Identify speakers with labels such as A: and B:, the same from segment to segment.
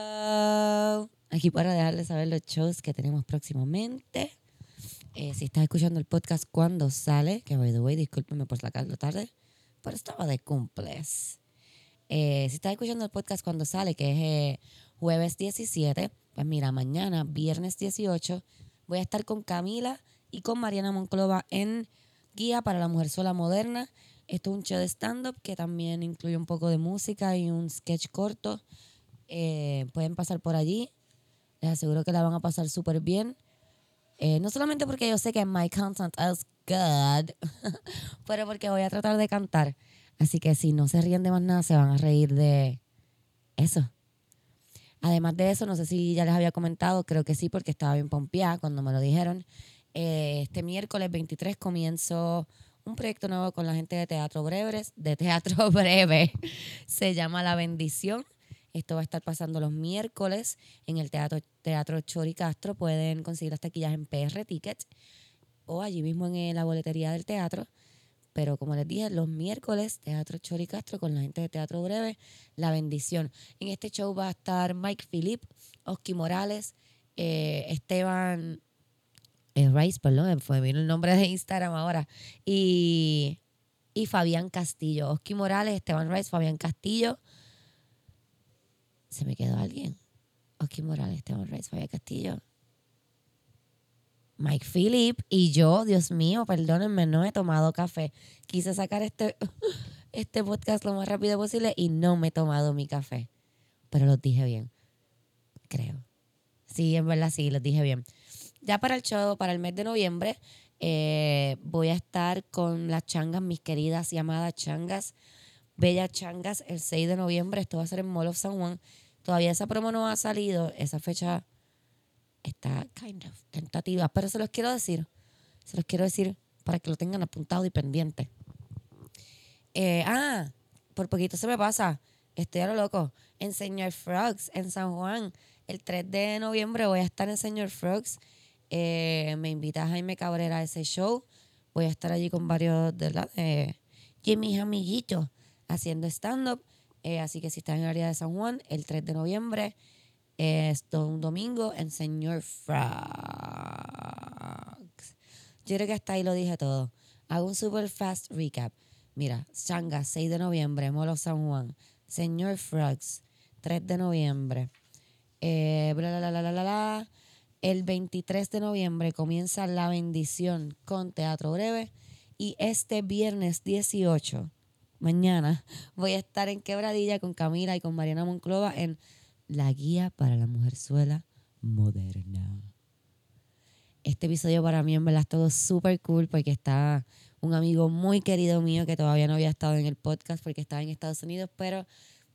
A: Hello. Aquí para dejarles saber los shows que tenemos próximamente. Eh, si estás escuchando el podcast cuando sale, que by the way, discúlpeme por sacarlo tarde, pero estaba de cumples. Eh, si estás escuchando el podcast cuando sale, que es eh, jueves 17, pues mira, mañana, viernes 18, voy a estar con Camila y con Mariana Monclova en Guía para la Mujer Sola Moderna. Esto es un show de stand-up que también incluye un poco de música y un sketch corto. Eh, pueden pasar por allí. Les aseguro que la van a pasar súper bien. Eh, no solamente porque yo sé que my content is good, pero porque voy a tratar de cantar. Así que si no se ríen de más nada, se van a reír de eso. Además de eso, no sé si ya les había comentado, creo que sí, porque estaba bien pompeada cuando me lo dijeron. Eh, este miércoles 23 comienzo un proyecto nuevo con la gente de Teatro Breves, de Teatro Breve. Se llama La Bendición. Esto va a estar pasando los miércoles en el Teatro, teatro Chori Castro. Pueden conseguir las taquillas en PR Tickets o allí mismo en eh, la boletería del teatro. Pero como les dije, los miércoles, Teatro Chori Castro con la gente de Teatro Breve, La Bendición. En este show va a estar Mike Philip, Oski Morales, eh, Esteban eh, Rice, perdón, fue vino el nombre de Instagram ahora. Y, y Fabián Castillo. Oski Morales, Esteban Rice, Fabián Castillo. ¿Se me quedó alguien? Oski Morales, Esteban Rice, Fabián Castillo. Mike Phillip y yo, Dios mío, perdónenme, no he tomado café. Quise sacar este, este podcast lo más rápido posible y no me he tomado mi café. Pero los dije bien, creo. Sí, en verdad sí, los dije bien. Ya para el show, para el mes de noviembre, eh, voy a estar con las changas, mis queridas y amadas changas. Bella Changas el 6 de noviembre. Esto va a ser en Mall of San Juan. Todavía esa promo no ha salido. Esa fecha está kind of tentativa, pero se los quiero decir. Se los quiero decir para que lo tengan apuntado y pendiente. Eh, ah, por poquito se me pasa. Estoy a lo loco. En Señor Frogs, en San Juan. El 3 de noviembre voy a estar en Señor Frogs. Eh, me invita Jaime Cabrera a ese show. Voy a estar allí con varios de, la, eh, y mis amiguitos haciendo stand-up. Eh, así que si estás en el área de San Juan, el 3 de noviembre, eh, es todo un domingo en Señor Frogs. Yo creo que hasta ahí lo dije todo. Hago un super fast recap. Mira, Changa, 6 de noviembre, Molo San Juan. Señor Frogs, 3 de noviembre. Eh, bla, la, la, la, la, la, la. El 23 de noviembre comienza La Bendición con Teatro Breve. Y este viernes 18, mañana, voy a estar en Quebradilla con Camila y con Mariana Monclova en La Guía para la Mujerzuela Moderna. Este episodio para mí en verdad es todo súper cool porque está un amigo muy querido mío que todavía no había estado en el podcast porque estaba en Estados Unidos, pero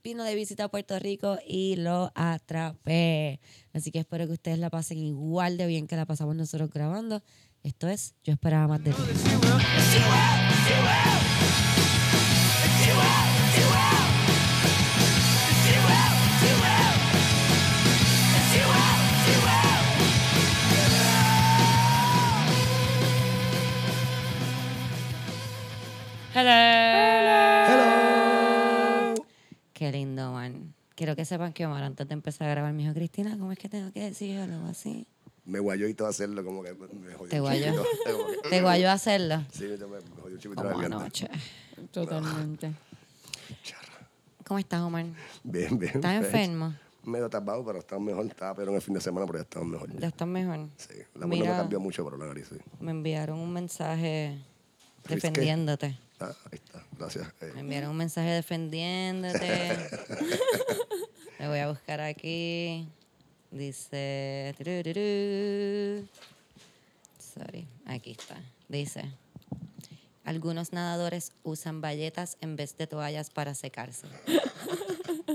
A: vino de visita a Puerto Rico y lo atrapé. Así que espero que ustedes la pasen igual de bien que la pasamos nosotros grabando. Esto es Yo esperaba más de ti.
B: Hello.
A: Qué lindo, man. Quiero que sepan que Omar antes de empezar a grabar me dijo, Cristina, ¿cómo es que tengo que decir o algo así?
B: Me guayó y todo hacerlo, como que me jodió.
A: Te
B: un
A: guayó.
B: chiquito. Como que-
A: Te guayó a hacerlo.
B: Sí, me, me jodió un chiquito la
A: Como
B: garganta.
A: anoche.
C: Totalmente.
B: Charra.
A: ¿Cómo estás, Omar?
B: Bien, bien.
A: ¿Estás
B: bien.
A: enfermo?
B: Medio tapado, pero estaba mejor. Estaba pero en el fin de semana, pero ya estaba mejor.
A: ¿Ya estás mejor?
B: Sí. La voz no me
A: Mira.
B: cambió mucho, pero la nariz sí.
A: Me enviaron un mensaje
B: Pero es que-
A: defendiéndote.
B: Ah, ahí está. Gracias. Eh,
A: Me enviaron un mensaje defendiéndote. Me voy a buscar aquí. Dice. tururú. Sorry, aquí está. Dice. Algunos nadadores usan bayetas en vez de toallas para secarse.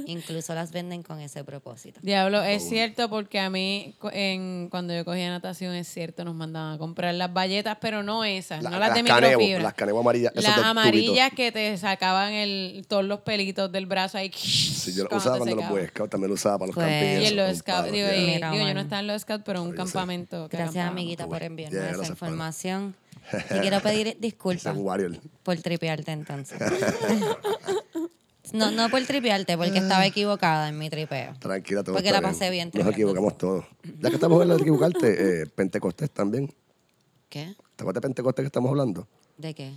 A: Incluso las venden con ese propósito.
C: Diablo, es cierto porque a mí cu- en, cuando yo cogía natación es cierto, nos mandaban a comprar las bayetas, pero no esas,
B: La-
C: no las, de
B: las Canebo,
C: microfibra.
B: las Canebo amarillas, esas
C: Las
B: del
C: amarillas que te sacaban el, todos los pelitos del brazo ahí.
B: sí, yo lo
C: te
B: usaba cuando los
C: secaba.
B: Boy Scouts, también lo usaba para los
A: Pues-
B: campings.
C: Y
B: eso,
C: en los
B: con
C: scouts,
B: palos,
C: digo,
B: ya.
C: y-
A: Mira,
C: digo, yo
A: mano.
C: no estaba en los scouts, pero un
B: Pero yo sé.
C: campamento. que
A: Gracias,
C: acampábamos.
A: amiguita, por enviarme
B: Ya,
A: esa
B: gracias, pana.
A: información. Te quiero pedir
B: Ese
A: disculpas
B: es un Warrior.
A: por tripearte entonces. No, no por tripearte, porque estaba equivocada en mi tripeo.
B: Tranquila, todo
A: Porque
B: está
A: la pasé bien
B: Nos
A: tremendo.
B: equivocamos todos. Ya que estamos en la de equivocarte, eh, Pentecostés también.
A: ¿Qué?
B: ¿Te acuerdas de Pentecostés que estamos hablando?
A: ¿De qué?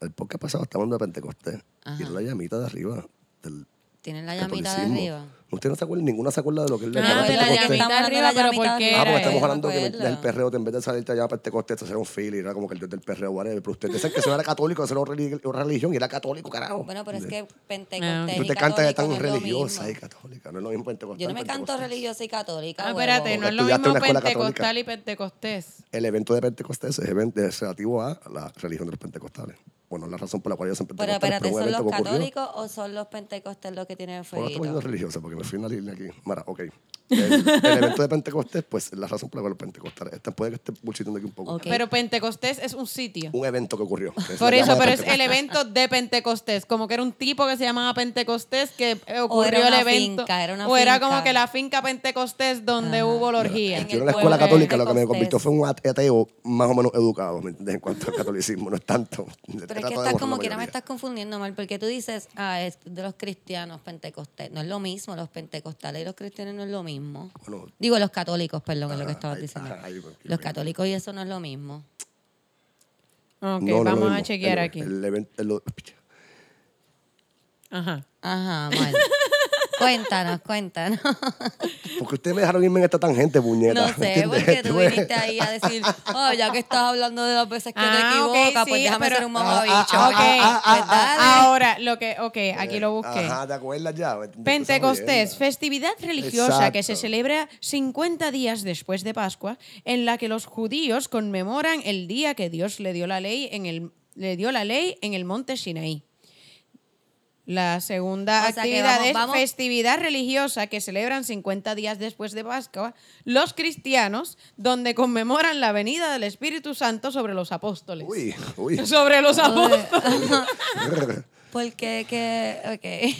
B: El podcast pasado estábamos hablando de Pentecostés.
A: Ajá.
B: Y era la llamita de arriba. Del
A: ¿Tienen la llamita de
B: catolicismo.
A: arriba?
B: Usted no se acuerda, ninguna se acuerda de lo que es la
C: Ah,
B: llamada
C: de la
B: Pentecostés.
C: llamita
A: Estamos hablando de
C: arriba, pero
A: llamita
C: ¿por
A: arriba.
C: qué era
B: Ah, porque
C: eso?
B: estamos hablando que
A: me
B: el- del
A: acuerdo.
B: perreo, te- en vez de salirte allá a Pentecostés, hacer un feel, era como que el dios del perreo, whatever. Pero usted decía que eso era católico, eso era una relig- una religión y era católico, carajo.
A: Bueno, pero es que
C: Ah.
A: Pentecostés
B: Tú
A: y
B: te cantas
A: católico
B: ya
A: no
B: tan
A: es lo
B: religiosa y
A: mismo.
B: católica, no es lo mismo Pentecostés.
A: Yo no me canto
B: Pentecostés.
A: religiosa y católica,
C: Ah,
A: huevo.
C: espérate, no es lo
B: Estudiaste en
C: mismo
B: la escuela
C: pentecostal
B: católica.
C: y pentecostés.
B: El evento de Pentecostés es, event- es relativo a la religión de los pentecostales. Bueno, la razón por la cual ellos son
A: Pero
B: pentecostales.
A: espérate,
B: un
A: ¿son
B: evento
A: los
B: que ocurrió.
A: católicos o son los pentecostés los que tienen
B: Bueno, estamos
A: fueguito?
B: yendo religiosa porque me fui una línea aquí. Mara, ok. El, el evento de Pentecostés, pues la razón por la cual los pentecostales. Esta puede que esté bullshitando aquí un poco.
A: Ok.
C: Pero pentecostés es un sitio.
B: Un evento que ocurrió. que es la
C: Por eso,
B: llamada
C: pero es el
B: Pentecostés.
C: evento de Pentecostés. Como que era un tipo que se llamaba Pentecostés que eh,
A: era
C: ocurrió el
A: una
C: evento.
A: finca, era una
C: o era
A: finca.
C: como que la finca Pentecostés donde hubo la orgía.
A: En
B: Yo
A: el
B: en la escuela
A: pueblo de
B: católica lo que me
A: Pentecostés.
B: convirtió fue un ateo más o menos educado, ¿me entiendes? En cuanto al catolicismo, no es tanto.
A: Pero es que estás como que no me estás confundiendo mal, porque tú dices, ah, es de los cristianos pentecostales. No es lo mismo, los pentecostales y los cristianos no es lo mismo.
B: Bueno.
A: Digo, los católicos, perdón, es lo que
B: Ajá,
A: estabas
B: ahí-
A: diciendo.
B: ajá, ahí, ok,
A: los
B: ok.
A: católicos y eso no es lo mismo.
C: Ok,
B: No, no, no,
C: vamos
B: no.
C: a chequear
B: El-
C: aquí.
B: el evento- el-
C: Ajá.
A: Ajá, mal. cuéntanos, cuéntanos.
B: porque ustedes me dejaron irme en esta tangente, puñeta.
A: No
B: ¿me
A: sé,
B: entiendes?
A: porque tú
B: Esto es-
A: viniste ahí a decir, oh, ya que estás hablando de las veces que te
C: Ah,
A: equivocas,
C: ok,
A: pues
C: sí,
A: déjame
C: pero-
A: ser un
B: Ah,
A: mamabicho.
B: ah,
C: Ok.
B: ah, ah,
A: Pues dale.
C: Ahora, lo que, ok, aquí lo busqué.
B: Eh, Ajá, ¿te acuerdas ya? ¿Me entiendes?
C: Pentecostés,
B: Esa mierda.
C: festividad religiosa que se
B: Pues Exacto.
C: celebra 50 días después de Pascua, en la que los judíos conmemoran el día que Dios le dio la ley en el, le dio la ley en el monte Sinaí. La segunda
A: O sea que
C: actividad
A: vamos-
C: es
A: vamos-
C: festividad religiosa que celebran 50 días después de Pascua los cristianos, donde conmemoran la venida del Espíritu Santo sobre los apóstoles.
B: Uy, uy.
C: Sobre los apóstoles.
A: pues
B: ah,
A: Porque que,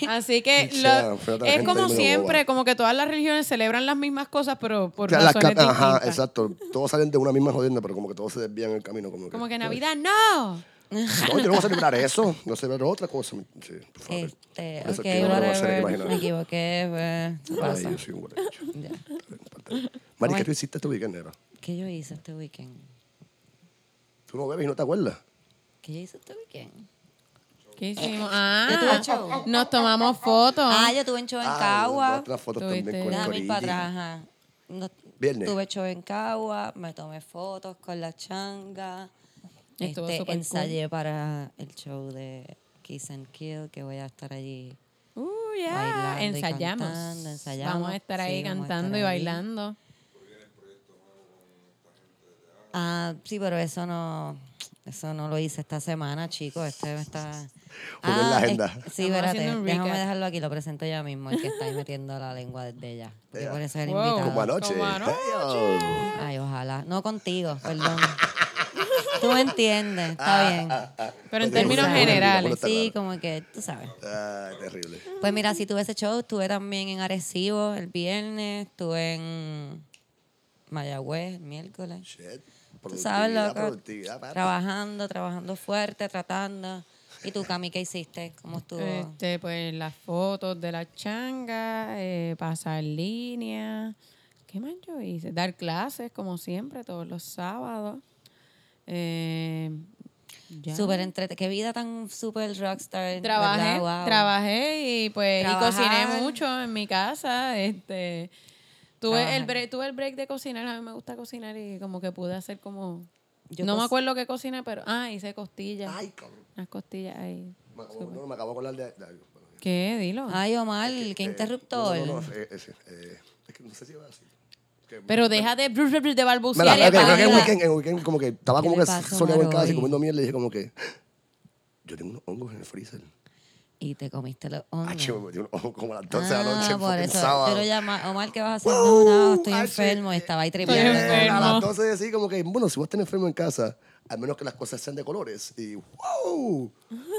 A: ok.
C: Así que
B: O
C: lo-
B: sea, fue otra
C: es
B: gente
C: como
B: ahí medio
C: siempre,
B: boba.
C: como que todas las religiones celebran las mismas cosas, pero por
B: O sea, las
C: razones
B: cap-
C: distintas.
B: Ajá, exacto. Todos salen de una misma jodienda, pero como que todos se desvían en el camino. Como que,
C: Como que Navidad, no.
B: No, yo no voy a celebrar eso. Yo celebro otra cosa. Sí, por favor.
A: Este,
B: Por eso
A: ok,
B: es que yo no voy a hacer
A: whatever, me
B: imaginar.
A: equivoqué, pues,
B: Ay,
A: pasa.
B: yo soy un guaracho. Mari, ¿qué tú hiciste tu weekend, nena?
A: ¿Qué yo hice este weekend?
B: Tú no bebes y no te acuerdas.
A: ¿Qué yo hice este weekend?
C: ¿Qué hicimos?
A: Yo tuve
C: Ah,
A: show.
C: nos tomamos fotos.
A: Ah, yo tuve un show en Cagua.
B: Otras fotos también
C: Tuviste.
B: con el
A: Déjame ir para
B: corillo.
A: atrás, ajá. No-
B: Viernes.
A: Tuve show en Cagua, me tomé fotos con la changa.
C: Estuvo
A: Este,
C: súper cool.
A: ensayé para el show de Kiss and Kill, que voy a estar allí.
C: Uh, ya.
A: Bailando y
C: Ensayamos.
A: cantando, ensayamos.
C: Vamos a estar ahí
A: Sí, vamos a
C: cantando
A: estar
C: y
A: ahí.
C: bailando.
A: Ah, sí, pero eso no, eso no lo hice esta semana, chicos. Este me está. Ah,
B: Jugué en la agenda.
A: es- sí,
C: Estamos
A: espérate,
C: haciendo un
A: déjame
C: recap.
A: dejarlo aquí, lo presento ya mismo, el que está ahí metiendo la lengua desde ella. Porque por eso es el
C: Wow.
B: Como
A: invitado.
B: anoche.
C: Como anoche.
B: Hey,
A: Ay, ojalá. No contigo, perdón. Tú me entiendes, está
B: Ah,
A: bien.
C: Pero en
B: Pues,
C: términos
B: bueno,
C: generales.
B: bueno, está
A: Sí,
B: raro.
A: como que, tú sabes.
B: oh. Ay, terrible.
A: Pues mira, si tuve ese show, estuve también en Arecibo el viernes, estuve en Mayagüez el miércoles.
B: Shit.
A: Tú sabes,
B: Productividad,
A: loco.
B: productividad, papi.
A: Trabajando, trabajando fuerte, tratando. ¿Y tú, Cami, qué hiciste? ¿Cómo estuvo?
C: Este, pues las fotos de la changa, eh, pasar línea. ¿Qué más yo hice? Dar clases, como siempre, todos los sábados. Eh, ya.
A: Súper entrete. Qué vida tan súper rockstar.
C: Trabajé,
A: ¿verdad? Wow.
C: trabajé y pues y
A: Trabajar.
C: cociné mucho en mi casa. Este, tuve,
A: Trabajar.
C: el break, tuve el break de cocinar, a mí me gusta cocinar y como que pude hacer como...
A: Yo
C: no me
A: co-
C: acuerdo qué cociné, pero... Ah, hice costillas.
B: Ay, cabrón.
C: Unas costillas ahí.
B: Me acabo, no, me acabo de acordar de- de algo. Bueno,
C: ¿Qué? Dilo.
A: Ay, Omar, qué
B: eh,
A: interruptor.
B: No, no, no, eh, ese, eh, es que no sé si iba a decir. Que-
C: Pero deja de, de
B: Mira,
C: balbucear.
A: le
B: ok,
A: pasa?
B: creo que en weekend, en weekend como que estaba
A: ¿Qué
B: como
A: le
B: que
A: pasa a
B: soleado en
A: Omar
B: casa y
A: hoy?
B: comiendo miel, le dije como que yo tengo unos hongos en el freezer.
A: Y te comiste los
B: Ah,
A: hongos.
B: chico, me dio unos hongos como a las 12 de la noche,
A: Ah, por
B: fucking
A: eso.
B: sábado.
A: Yo lo llamaba, Omar, ¿qué vas a hacer? No, no, estoy
B: Ache.
A: enfermo. Y estaba ahí
C: Estoy
A: tripeando.
B: Eh, A
C: enfermo.
B: las 12 así como que, bueno, si vos estás enfermo en casa, al menos que las cosas sean de colores. Y wow,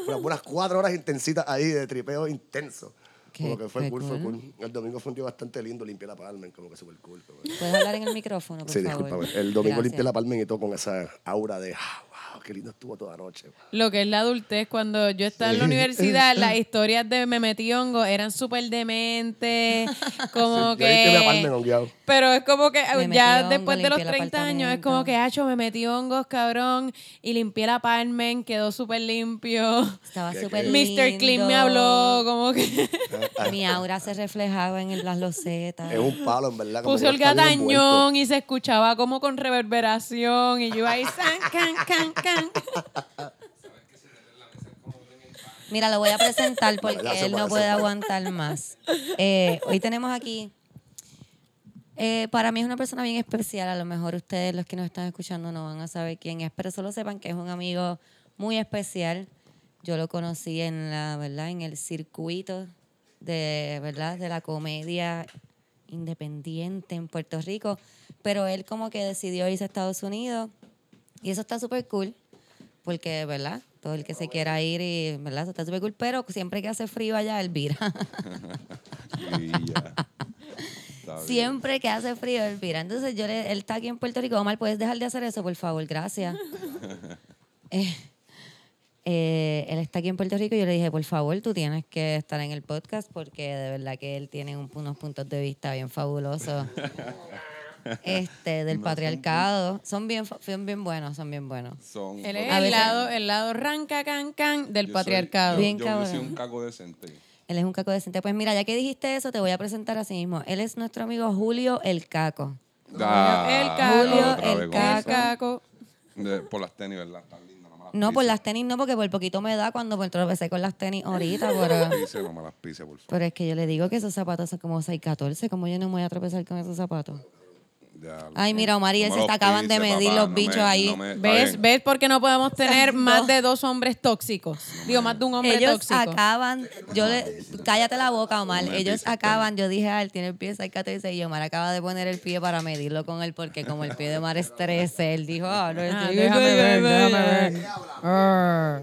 B: unas buenas cuatro horas intensitas ahí de tripeo intenso.
A: Qué-
B: como que fue
A: qué
B: cool, fue
A: cool.
B: cool. El domingo fue un día bastante lindo, limpié la palmen, como que súper cool. como que-
A: ¿Puedes hablar en el micrófono, por
B: Sí,
A: favor?
B: disculpa. El domingo
A: Gracias.
B: limpié la palmen y todo con esa aura de... ah, wow, qué lindo estuvo toda la noche.
C: Lo que es la adultez, cuando yo estaba en la universidad, las historias de me metí hongo eran súper demente, como
B: Sí, yo ahí quedé aparte
C: que...
B: hongueado.
C: Pero es como que
A: Me metí
C: ya
A: hongo,
C: después de los
A: limpié el
C: 30 años es
A: apartamento.
C: como que, hacho, me metí hongos, cabrón, y limpié el apartment, quedó súper limpio.
A: Estaba
B: Qué
A: súper lindo.
C: Mr. Clean me habló, como que
A: Mi aura se reflejaba en el- las losetas.
B: Es un palo, en verdad. como
C: puso
B: que
C: el
B: no está bien envuelto.
C: gatañón y se escuchaba como con reverberación, y yo ahí, san, can, can, can.
A: Mira, lo voy a presentar porque
B: Bueno, ya se
A: él
B: puede,
A: no
B: se
A: puede
B: puede.
A: aguantar más. Eh, hoy tenemos aquí, eh, para mí es una persona bien especial, a lo mejor ustedes los que nos están escuchando no van a saber quién es, pero solo sepan que es un amigo muy especial. Yo lo conocí en la, ¿verdad? En el circuito de, ¿verdad? De la comedia independiente en Puerto Rico, pero él como que decidió irse a Estados Unidos y eso está súper cool, porque, ¿verdad? Todo el que se quiera ir, y, ¿verdad? Eso está súper cool, pero siempre que hace frío allá, Elvira.
D: Y ya. Está bien.
A: siempre que hace frío, Elvira. Entonces, yo le- él está aquí en Puerto Rico. Omar, ¿puedes dejar de hacer eso, por favor? Gracias. Eh, eh, él está aquí en Puerto Rico y yo le dije, por favor, tú tienes que estar en el podcast porque de verdad que él tiene un- unos puntos de vista bien fabulosos. Este, del patriarcado. Son bien, fa- son bien buenos, son bien buenos.
D: Son-
C: Él
D: yo
C: es
A: A
C: el
A: veces-
C: lado, el lado ranca, can, can del
D: soy-
C: patriarcado.
D: yo-
A: Bien
D: yo, yo soy
A: cabrón.
D: un caco decente.
A: Él es un caco decente. Pues mira, ya que dijiste eso, te voy a presentar a sí mismo. Él es nuestro amigo Julio el Caco.
D: Ah,
C: el caco.
D: ya,
A: Julio,
D: otra
A: el
D: vez con
C: El
D: eso.
C: caco.
D: De- por las tenis, ¿verdad? Tan linda, no me las
A: No, por
D: pise.
A: las tenis no, porque por poquito me da cuando me tropecé con las tenis ahorita, pero...
D: Pise, no me las pise, por favor.
A: Pero es que yo le digo que esos zapatos son como 6'14, como yo no me voy a tropezar con esos zapatos.
D: Ya,
A: Ay, mira, Omar y él
D: no
A: se
D: me
A: te
D: los
A: acaban de
D: pise,
A: medir
D: papá,
A: los
D: no
A: bichos
D: me-
A: ahí.
D: no me- está
C: ¿Ves?
D: bien.
C: ¿Ves por qué no podemos tener más de dos hombres tóxicos? Digo, más de un hombre
A: Ellos
C: tóxico.
A: acaban, yo le, cállate la boca, Omar.
D: No me
A: Ellos
D: pises,
A: acaban, yo dije, ah, él tiene el pie 6'14 y Omar acaba de poner el pie para medirlo con él, porque como el pie de Omar es 13, él dijo, ah, no,
C: Ah,
A: estoy-
C: déjame ver, déjame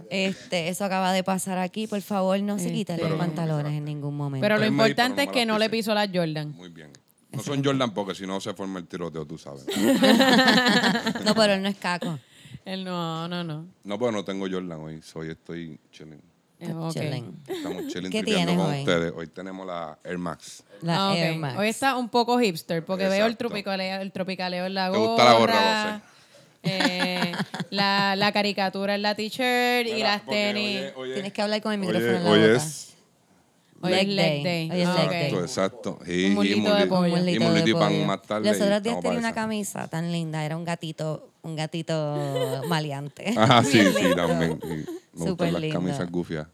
C: ver.
A: Este, eso acaba de pasar aquí, por favor, no se quiten los
D: Pero-
A: pantalones en ningún momento.
C: Pero lo
D: Pero no
C: importante es
D: me
C: que
D: las
C: no le
D: pise.
C: pisó las Jordan.
D: Muy bien. No son Jordan porque si no se forma el tiroteo, tú sabes.
A: no, pero él no es caco.
C: Él no, no, no.
D: No, pues no tengo Jordan hoy. Soy, estoy chilling.
C: Eh, ok.
A: Chilling.
D: Estamos chilling,
A: ¿Qué
D: tripeando
A: tienes
D: con
A: hoy?
D: ustedes. Hoy tenemos la Air Max.
A: La
C: Ah, ok.
A: Air Max.
C: Hoy está un poco hipster porque veo el
D: Exacto.
C: tropicaleo, el tropicaleo en la
D: Te
C: gorra.
D: gusta la gorra, José.
C: eh, la, la caricatura en la t-shirt y
D: Mira,
C: las
D: porque
C: tenis.
D: hoy es- hoy es-
A: Tienes que hablar con el
D: hoy
A: micrófono
D: es-
A: en la
D: hoy
A: boca.
D: es-
C: Hoy
A: Leg
C: es leg
A: day.
C: day.
A: Hoy es
C: Ah,
A: leg
C: ok.
A: day.
D: Exacto, exacto. Y,
C: Un mulito de pollo.
D: Y
A: Un
D: mulito,
A: muslito de
D: y pan
A: pollo.
D: más tarde.
A: Los
D: y
A: otros días
D: estamos para
A: tenía una
D: esa.
A: camisa tan linda, era un gatito, un gatito maleante.
D: Ajá, sí,
A: Bien
D: sí,
A: lindo.
D: también. Y me gustan
A: Súper
D: las
A: lindo.
D: camisas gufias.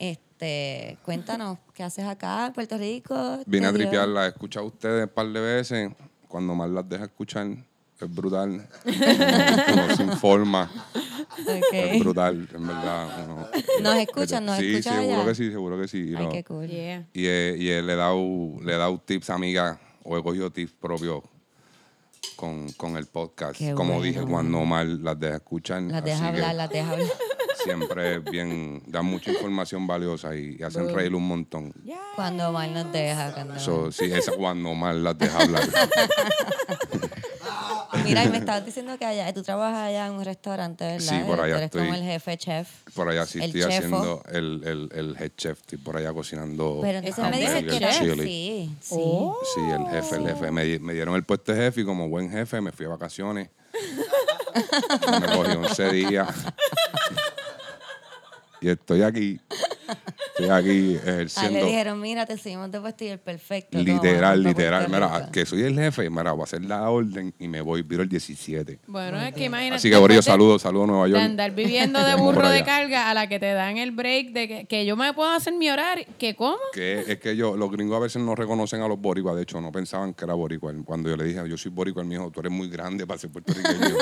A: Este, cuéntanos, ¿qué haces acá en Puerto Rico?
D: Vine a
A: Te dio-
D: tripearla, he escuchado a ustedes un par de veces. Cuando más las deja escuchar, es brutal. Uno se informa. Es
A: Ok.
D: brutal, en verdad. uno-
A: Nos escuchan, nos
D: sí,
A: escuchan
D: Sí, seguro
A: allá.
D: que sí, seguro que sí. y
A: Ay,
D: no-
A: qué cool.
C: Yeah.
D: Y, eh, y él le he dado, le he dado tips a amigas o he cogido tips propios con, con el podcast.
A: Qué
D: Como
A: bueno.
D: dije, cuando mal las deja escuchar.
A: Las deja
D: así que
A: hablar, las deja hablar.
D: Siempre es bien, dan mucha información valiosa y, y hacen reír un montón.
A: Cuando Omar nos deja. cuando-
D: So, sí, esa cuando mal las deja hablar.
A: Ah, Mira, y me estabas diciendo que allá, tú trabajas allá en un restaurante, ¿verdad?
D: Sí, por allá
A: Tú eres
D: estoy.
A: como el jefe chef.
D: Por allá sí
A: El
D: estoy
A: chefo.
D: haciendo el, el, el head chef, estoy por allá cocinando.
A: Pero entonces me dices que
D: hamburger,
A: eres
D: chili.
A: sí, sí.
C: Oh.
D: Sí, el jefe, el jefe. Me, di- me dieron el puesto de jefe y como buen jefe me fui a vacaciones. me cogí 11 días. y estoy aquí. Estoy
A: A él Ah,
D: aquí
A: le
D: ejerciendo.
A: dijeron, mira, te seguimos de puesto y el perfecto. toma,
D: Literal,
A: vamos pa'
D: literal.
A: Puerto
D: Mira, ah,
A: Rico.
D: que soy el jefe, mira, voy a hacer la orden y me voy, viro el 17.
C: Bueno, es que imagínate.
D: Así que, Borillo,
C: después de-
D: saludos, saludos Nueva
C: De
D: York.
C: andar viviendo de
D: Vamos por
C: burro de
D: allá.
C: carga a la que te dan el break de que, que yo me puedo hacer mi horario. ¿Qué cómo?
D: Que es que yo, los gringos a veces no reconocen a los boricuas, de hecho, no pensaban que era boricua. Cuando yo le dije, yo soy boricua, él me dijo, tú eres muy grande para ser puertorriqueño.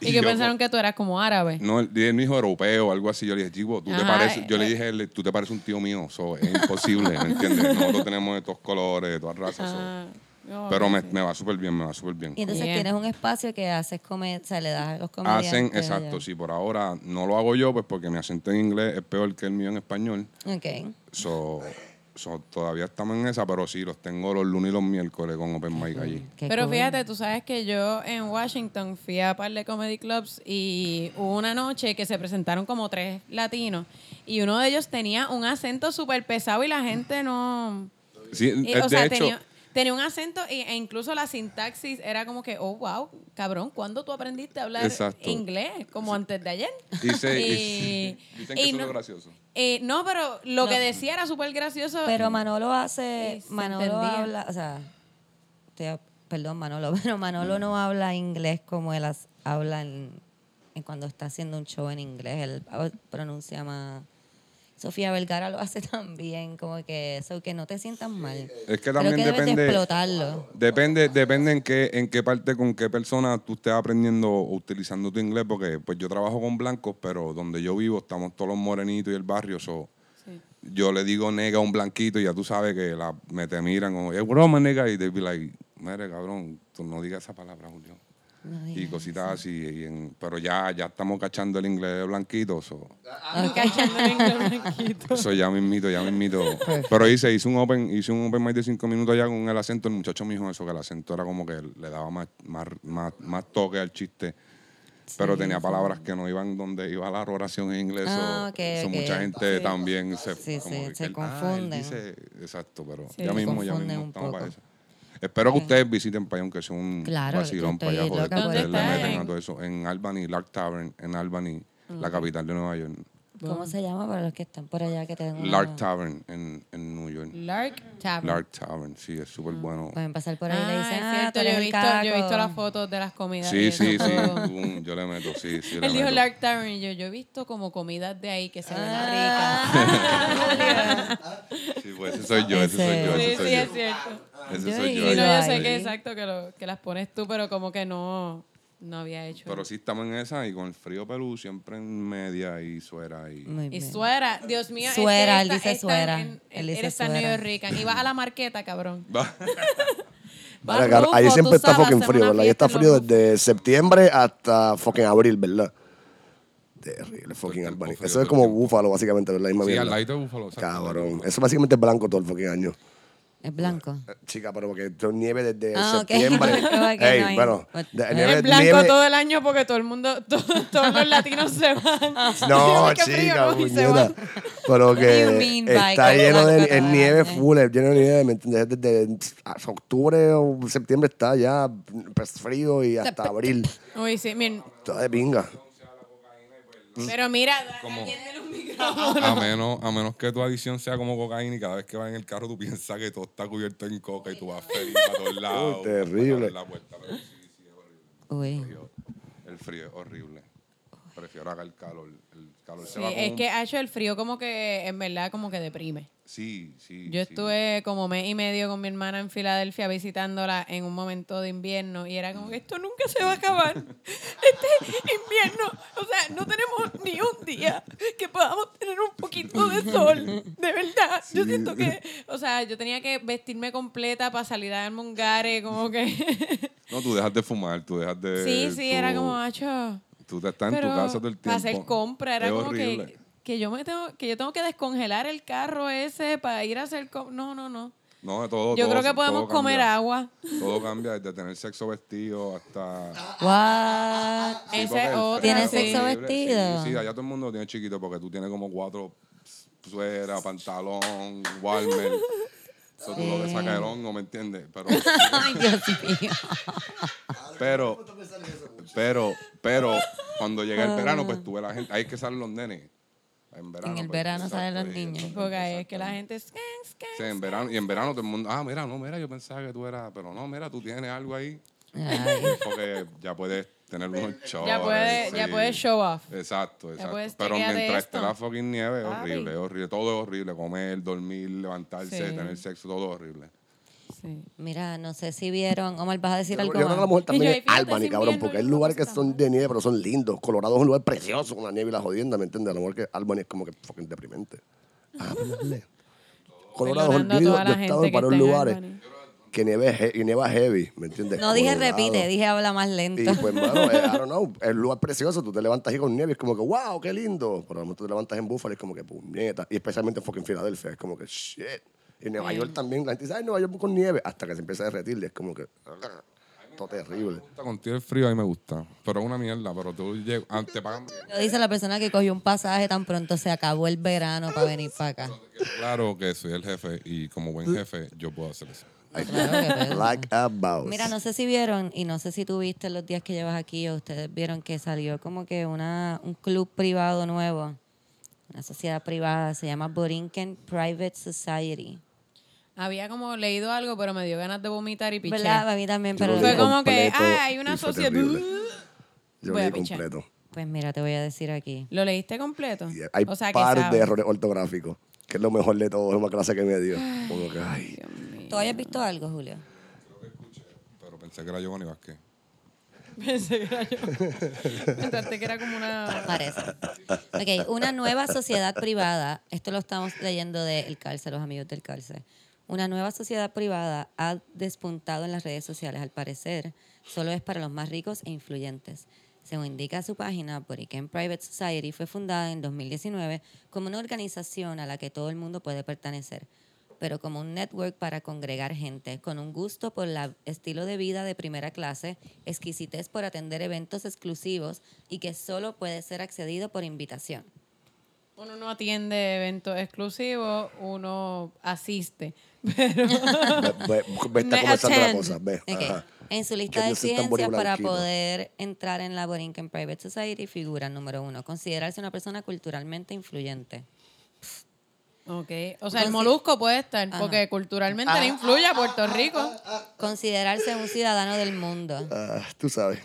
C: Y, que
D: yo,
C: pensaron que tú eras como árabe.
D: No, él él me dijo europeo o algo así. Yo le dije, chico, tú te
C: Ajá,
D: pareces. Yo le
C: eh.
D: dije, le- tú te pareces un tío mío. so, es imposible, ¿me entiendes? Nosotros tenemos de todos colores, de todas razas. so.
C: Ah, no,
D: Pero me,
C: sí.
D: me va súper bien, me va súper bien.
A: Y entonces
C: Bien.
A: tienes un espacio que haces comer, o sea, le das a los comediantes.
D: Hacen,
A: allá.
D: exacto, sí, por ahora no lo hago yo, pues porque mi acento en inglés es peor que el mío en español.
A: Ok.
D: So, so, todavía estamos en esa, pero sí, los tengo los lunes y los miércoles con Open Mic allí.
A: Qué
C: Pero
A: cool.
C: fíjate, tú sabes que yo en Washington fui a par de comedy clubs y hubo una noche que se presentaron como tres latinos y uno de ellos tenía un acento súper pesado y la gente no...
D: Sí,
C: y,
D: eh,
C: o sea,
D: de hecho,
C: tenía, tenía un acento y- e incluso la sintaxis era como que, oh, wow, cabrón, ¿cuándo tú aprendiste a hablar
D: Exacto.
C: inglés? Como antes de ayer.
D: dice-
C: Y-
D: dicen que
C: y
D: eso es
C: no-
D: lo gracioso.
C: eh, no, pero lo
A: No.
C: que decía era súper gracioso.
A: Pero Manolo hace.
C: Sí, se
A: Manolo
C: entendía.
A: habla. O sea. te- perdón, Manolo, pero Manolo no habla inglés como él as- habla en, en cuando está haciendo un show en inglés. Él a- pronuncia más. Sofía Vergara lo hace también, como que eso, que no te sientas mal.
D: Es que
A: Creo
D: también
A: debes de
D: depende-
A: explotarlo.
D: Depende, depende en qué, en qué parte, con qué persona tú estés aprendiendo o utilizando tu inglés, porque pues yo trabajo con blancos, pero donde yo vivo estamos todos los morenitos y el barrio, so,
C: Sí.
D: yo le digo nega a un blanquito y ya tú sabes que la, me te miran como, es broma nega, y they be like, madre cabrón, tú no digas esa palabra, Julio.
A: No
D: Y
A: digas.
D: cositas así, y en- pero ya, ya estamos cachando el inglés de blanquito, so,
C: Ah, Cachando en inglés blanquito.
D: eso ya mismito, ya mismito.
A: Pues.
D: Pero hice, hice un open, hice un open mic de cinco minutos allá con el acento. El muchacho me dijo eso, que el acento era como que le daba más, más, más, más toque al chiste. Pero
A: Sí,
D: tenía
A: sí.
D: palabras que no iban donde iba la oración en inglés.
A: Ah,
D: o-
A: ok,
D: so
A: ok.
D: Mucha gente también se,
A: Sí,
D: como
A: sí,
D: que
A: se
D: él, ah, él
A: confunden.
D: dice- exacto, pero
C: Sí.
D: ya
C: Se
D: mismo, ya
A: confunden
D: mismo
A: un
D: estamos
A: poco.
D: para eso. Espero que ustedes visiten para allá, aunque sea un
A: Claro,
D: vacilón
A: yo
D: para allá.
A: estoy
D: joder,
A: loca
D: que
C: por
D: ustedes le
C: estar
D: metan
C: en-
D: a todo eso. En Albany, Lark Tavern, en Albany, la capital de Nueva York.
A: ¿Cómo se llama para los que están por allá que tengan una-
D: Lark Tavern en, en New York.
C: Ah. Lark Tavern.
D: Lark Tavern, sí, es súper bueno.
A: Pueden pasar por ahí y le
C: Ah,
A: dicen,
C: es
A: ah, tú
C: cierto, yo
A: eres
C: he,
A: el
C: visto, yo he visto
A: caco".
C: las fotos de las comidas. y
D: Sí,
C: eso.
D: sí, sí. boom, yo le meto, sí, sí. le
C: Él dijo
D: meto.
C: Lark Tavern y yo, yo he visto como comidas de ahí que se ven Ah, ricas.
D: Sí, pues ese soy yo, ese soy yo,
C: Ah, sí,
D: ese
C: sí, es
D: soy yo.
C: cierto.
D: Ese soy yo.
A: Sí,
C: Sí, no, yo
A: Ay.
C: sé que exacto que, lo- que las pones tú, pero como que no, no había hecho.
D: Pero sí estamos en esa y con el frío pelú siempre en media y suera y...
A: Muy
C: y
A: bien.
C: suera, Dios mío. es que
A: Suera, él
C: esta-
A: dice
C: es tan-
A: suera,
C: en-
A: él dice
C: eres tan
A: suera.
C: neoyorrican. Y vas a la marqueta, cabrón.
D: Va.
C: Vas
B: Mira, claro, ahí
C: rufo,
B: siempre
C: tú
B: está
C: sabes,
B: fucking
C: hacemos
B: frío,
C: una
B: ¿verdad? Ahí está
C: fiesta en los
B: frío
C: rufos.
B: desde septiembre hasta fucking abril, ¿verdad? Terrible fucking
D: tiempo
B: Albany.
D: frío,
B: Eso
D: todo
B: es
D: el
B: como
D: tiempo.
B: búfalo, básicamente, ¿verdad? Misma
D: Sí,
B: mierda.
D: al ladito de Búfalo. exacto, Eh. al ladito de
B: Cabrón.
D: Búfalo.
B: Eso básicamente es blanco todo el fucking año.
A: Es blanco.
B: Eh, Chica, pero porque esto es nieve desde
A: Ah, ok.
B: septiembre.
A: Como que
B: Ey,
A: no hay-
B: bueno, de-
A: Es
B: nieve,
C: Es blanco
B: nieve-
C: todo el año porque todo el mundo, to- todos los latinos se van.
D: Ah.
B: No,
C: Qué frío,
B: chica,
C: ¿no? Y se van.
B: puñeta. Pero
A: What do you
B: que
A: mean by
B: está
A: que
B: lleno de
A: blanco
B: es
A: todo el
B: nieve
C: eh?
A: año?
B: full, es lleno de nieve, ¿me entiendes? Desde pss, octubre o septiembre está ya pues, frío y hasta abril.
C: Uy, sí, miren.
B: Está de pinga.
C: Pero mira,
D: Mm. Como-
C: atiéndele un micrófono.
D: A menos, a menos que tu adicción sea como cocaína y cada vez que vas en el carro tú piensas que todo está cubierto en coca y tú vas feliz para todos lados.
B: Uy, terrible.
D: para la puerta, pero sí, sí, es horrible.
A: Uy.
D: El frío es horrible. Prefiero acá el calor. El calor se
C: Sí,
D: va como
C: es
D: un-
C: que ha hecho el frío como que en verdad como que deprime.
D: Sí, sí.
C: Yo
D: sí.
C: estuve como mes y medio con mi hermana en Filadelfia visitándola en un momento de invierno y era como que esto nunca se va a acabar. Este invierno, o sea, no tenemos ni un día que podamos tener un poquito de sol, de verdad. Yo siento que, o sea, yo tenía que vestirme completa para salir a darme un gare, como que...
D: No, tú dejas de fumar, tú dejas de.
C: sí, sí, era
D: tú-
C: como, hacho.
D: Tú te estás Eh, en tu casa todo el
C: Para
D: tiempo.
C: hacer compra, era
D: Es
C: como
D: horrible.
C: que, que yo me tengo, que yo tengo que descongelar el carro ese para ir a hacer com- No, no, no.
D: No, de todo.
C: yo
D: todo-
C: creo que podemos
D: todo
C: comer
D: cambia.
C: agua.
D: Todo cambia, desde tener sexo vestido hasta.
A: What?
D: Sí,
C: Esa es
D: porque el
C: otra.
D: frío es
A: ¿Tienes sexo
D: horrible.
A: vestido?
D: Sí, sí, allá todo el mundo lo tiene chiquito porque tú tienes como cuatro sueras, pantalón, warmer. Eso tú lo que saca el hongo, ¿me entiendes? Pero,
A: Ay, Dios mío.
D: pero, pero, pero, cuando llega el verano,
C: Ah.
D: pues tú ves la gente. Ahí es que salen los nenes. En, verano,
A: En el
D: pues,
A: verano
D: exacto,
A: salen los
D: y-
A: niños.
C: Porque ahí es que la gente
D: exactamente.
C: es... "Scan, scan".
D: Sí, en verano, y en verano todo el mundo, ah, mira, no, mira, yo pensaba que tú eras, pero no, mira, tú tienes algo ahí,
A: Ay.
D: porque ya puedes tener unos shows.
C: Ya puedes ya puedes show off.
D: Exacto, exacto.
C: puedes
D: pero
C: chequear de
D: mientras esté
C: esto.
D: la fucking nieve, es
C: Papi.
D: horrible, es horrible, todo es horrible, comer, dormir, levantarse,
C: Sí.
D: tener sexo, todo es horrible.
C: Sí.
A: Mira, no sé si vieron. Omar, ¿vas a decir
B: Yo
A: algo
B: creo que la
A: más?
B: mujer también
C: Y yo,
B: es
C: y fíjate,
B: Albany,
C: ese
B: cabrón,
C: invierno
B: porque
C: yo
B: hay
C: no
B: lugares que
C: gusta
B: son
C: más.
B: de nieve, pero son lindos. Colorado es un lugar precioso con la nieve y la jodienda, ¿me entiendes? A lo mejor que Albany es como que fucking deprimente. Háblale. Colorado es
C: Perdonando a
B: olvido.
C: toda la
B: Yo he estado
C: gente
B: en
C: que
B: varios
C: está en
B: lugares
C: Albany.
B: que nieve he- y nieva heavy, ¿me entiendes?
A: No dije
B: Colorado.
A: repite, dije habla más lento.
B: Y pues, mano, eh, I don't know, el lugar precioso, tú te levantas ahí con nieve, es como que, wow, qué lindo. Pero a lo mejor tú te levantas en Buffalo, es como que, puñeta. Y especialmente en fucking Filadelfia, es como que, shit. En Nueva York también, la gente dice, ay, Nueva York con nieve, hasta que se empieza a derretir, y es como que, todo terrible.
D: gusta Contigo el frío a mí me gusta, pero es una mierda, pero tú llegas, ah, te pagan bien.
A: Lo dice la persona que cogió un pasaje tan pronto se acabó el verano para venir para acá.
D: Claro que soy el jefe y como buen jefe yo puedo hacer eso.
A: Claro que puede.
B: Like a mouse.
A: Mira, no sé si vieron y no sé si tuviste los días que llevas aquí o ustedes vieron que salió como que una, un club privado nuevo, una sociedad privada, se llama Borinquen Private Society.
C: Había como leído algo, pero me dio ganas de vomitar y pichar.
A: ¿Verdad? A mí también,
B: Yo
A: pero...
B: lo
C: Fue
B: vi
C: como que,
B: completo
C: ah, hay una
B: y fue
C: sociedad.
B: terrible. Yo
C: Voy
B: lo
C: a
B: leí
C: pichar.
B: completo.
A: Pues mira, te voy a decir aquí.
C: ¿Lo leíste completo?
B: Y hay
C: o sea, que
B: par de
C: sabes.
B: errores ortográficos, que es lo mejor de todo, es una clase que me dio. Como que, ay.
A: ¿Tú hayas visto algo, Julio?
D: Pero pensé que era Giovanni Vázquez.
C: Pensé que era yo. Pensaste que era como una...
A: Parece. Ok, una nueva sociedad privada, esto lo estamos leyendo de El Calce, los amigos del Calce. Una nueva sociedad privada ha despuntado en las redes sociales, al parecer, solo es para los más ricos e influyentes. Según indica su página, Boriken Private Society fue fundada en 2019 como una organización a la que todo el mundo puede pertenecer, pero como un network para congregar gente, con un gusto por el estilo de vida de primera clase, exquisitez por atender eventos exclusivos y que solo puede ser accedido por invitación.
C: Uno no atiende eventos exclusivos, uno asiste. Pero
B: Ve, ve, ve, está
C: Me
B: comenzando la
C: attend.
B: cosa, ve.
A: Ok.
B: ajá.
A: En su
B: Que
A: lista de
B: Dios sea tan
A: exigencias para
B: blanquito.
A: poder entrar en la Borinquen Private Society figura número uno, considerarse una persona culturalmente influyente.
C: Ok, o sea, el molusco puede estar, porque culturalmente le influye a Puerto Rico.
A: Considerarse un ciudadano del mundo.
B: Ah, tú sabes,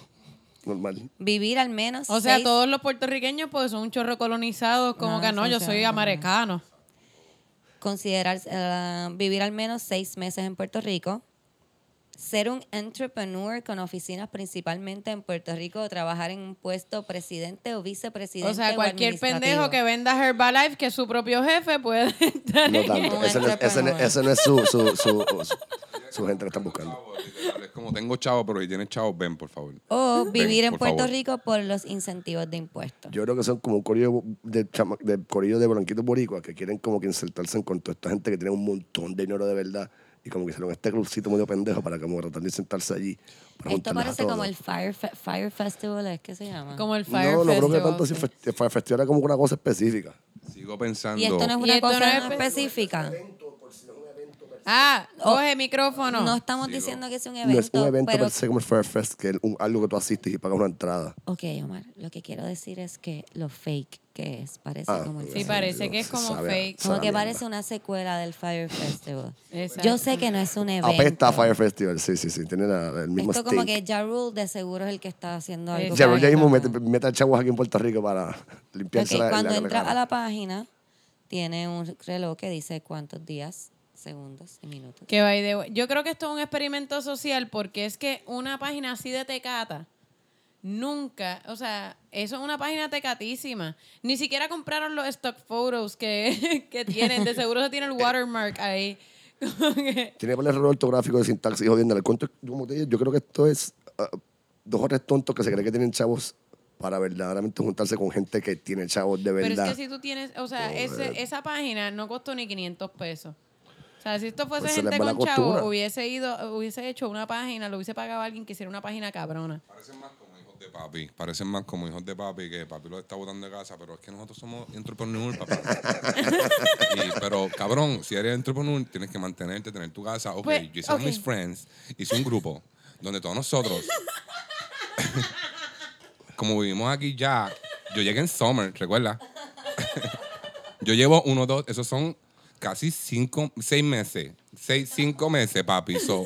B: normal.
A: Vivir al menos
C: O sea,
A: seis-
C: todos los puertorriqueños pues son un chorro colonizados, como
A: No,
C: que no,
A: sí,
C: yo
A: sí,
C: soy
A: no, no.
C: americano.
A: considerarse ah, vivir al menos seis meses en Puerto Rico, ser un entrepreneur con oficinas principalmente en Puerto Rico o trabajar en un puesto presidente o vicepresidente.
C: O sea, cualquier
A: administrativo.
C: pendejo que venda Herbalife, que es su propio jefe, puede estar.
B: No
C: en-
B: tanto.
A: Un
B: Ese no, es- ese no es- ese no es su, su, su, su- su gente que están buscando.
D: Chavo, literal, Es como tengo chavo, pero si tienes chavo, ven, por favor.
A: O vivir
D: Ven,
A: en
D: por
A: Puerto
D: favor.
A: Rico por los incentivos de impuestos.
B: Yo creo que son como un corillo de, chama- de, corillo de blanquitos boricuas que quieren como que insertarse en con toda esta gente que tiene un montón de dinero de verdad y como que hicieron este clubcito medio pendejo para como tratar de sentarse allí. para
A: Esto
B: juntarlas a
A: parece
B: todos.
A: como el Fire, Fe- Fire Festival, ¿es que se llama?
C: Como el Fire
B: No, no creo que
C: Festival,
B: tanto si
C: sí.
B: fe- Fire Festival era como una cosa específica.
D: Sigo pensando.
A: y esto no es
C: Y
A: una
C: esto
A: cosa
C: no es-
A: específica.
C: Ah, coge micrófono.
A: Oh, No estamos diciendo que sea un
B: No es
A: evento,
B: un evento
A: pero...
B: per se como el Fire Fest, que es un- algo que tú asistes y pagas una entrada.
A: Ok, Omar, lo que quiero decir es que lo fake que es, parece
B: Ah,
A: como el
C: Sí, parece que es como
B: Sabe a-
C: fake.
B: sabe
A: Como
B: a
A: que
B: mierda.
A: parece una secuela del Fire Festival.
C: Exacto.
A: Yo sé que no es un evento.
B: Apesta a Fire Festival, sí, sí, sí. Tiene la- el mismo
A: Esto como
B: stink.
A: que Ja Rule de seguro es el que está haciendo algo.
B: Ya,
A: para
B: pero ya mismo mete,
A: esto.
B: mete a chavos aquí en Puerto Rico para
A: Ok,
B: limpiarse la,
A: cuando
B: la- la
A: entras
B: cara.
A: a la página, tiene un reloj que dice cuántos días, segundos y minutos.
C: Que by the way, Yo creo que esto es un experimento social porque es que una página así de tecata nunca, o sea, eso es una página tecatísima. Ni siquiera compraron los stock photos que, que tienen. De seguro se tiene el
B: Eh,
C: watermark ahí. Como que-
B: Tiene que poner error ortográfico de sintaxis jodiéndole. ¿Cuánto, como te digo, yo creo que esto es ah, dos o tres tontos que se creen que tienen chavos para verdaderamente juntarse con gente que tiene chavos de
C: Pero es
B: verdad.
C: que si tú tienes, o sea, ese- esa página no costó ni 500 pesos. O sea, si esto fuese
B: Pues se les
C: gente
B: va la
C: con chavo,
B: costura.
C: hubiese ido, hubiese hecho una página, lo hubiese pagado a alguien que hiciera una página cabrona.
D: Parecen más como hijos de papi. Parecen más como hijos de papi que papi los está botando de casa, pero es que nosotros somos entrepreneur, papá. Y, pero, cabrón, si eres entrepreneur, tienes que mantenerte, tener tu casa. Ok,
C: Pues,
D: yo hice a
C: ok.
D: mis friends, hice un grupo donde todos nosotros, como vivimos aquí ya, yo llegué en summer, ¿recuerda? yo llevo uno, dos, esos son casi cinco, seis meses. Seis, cinco meses, papi. So,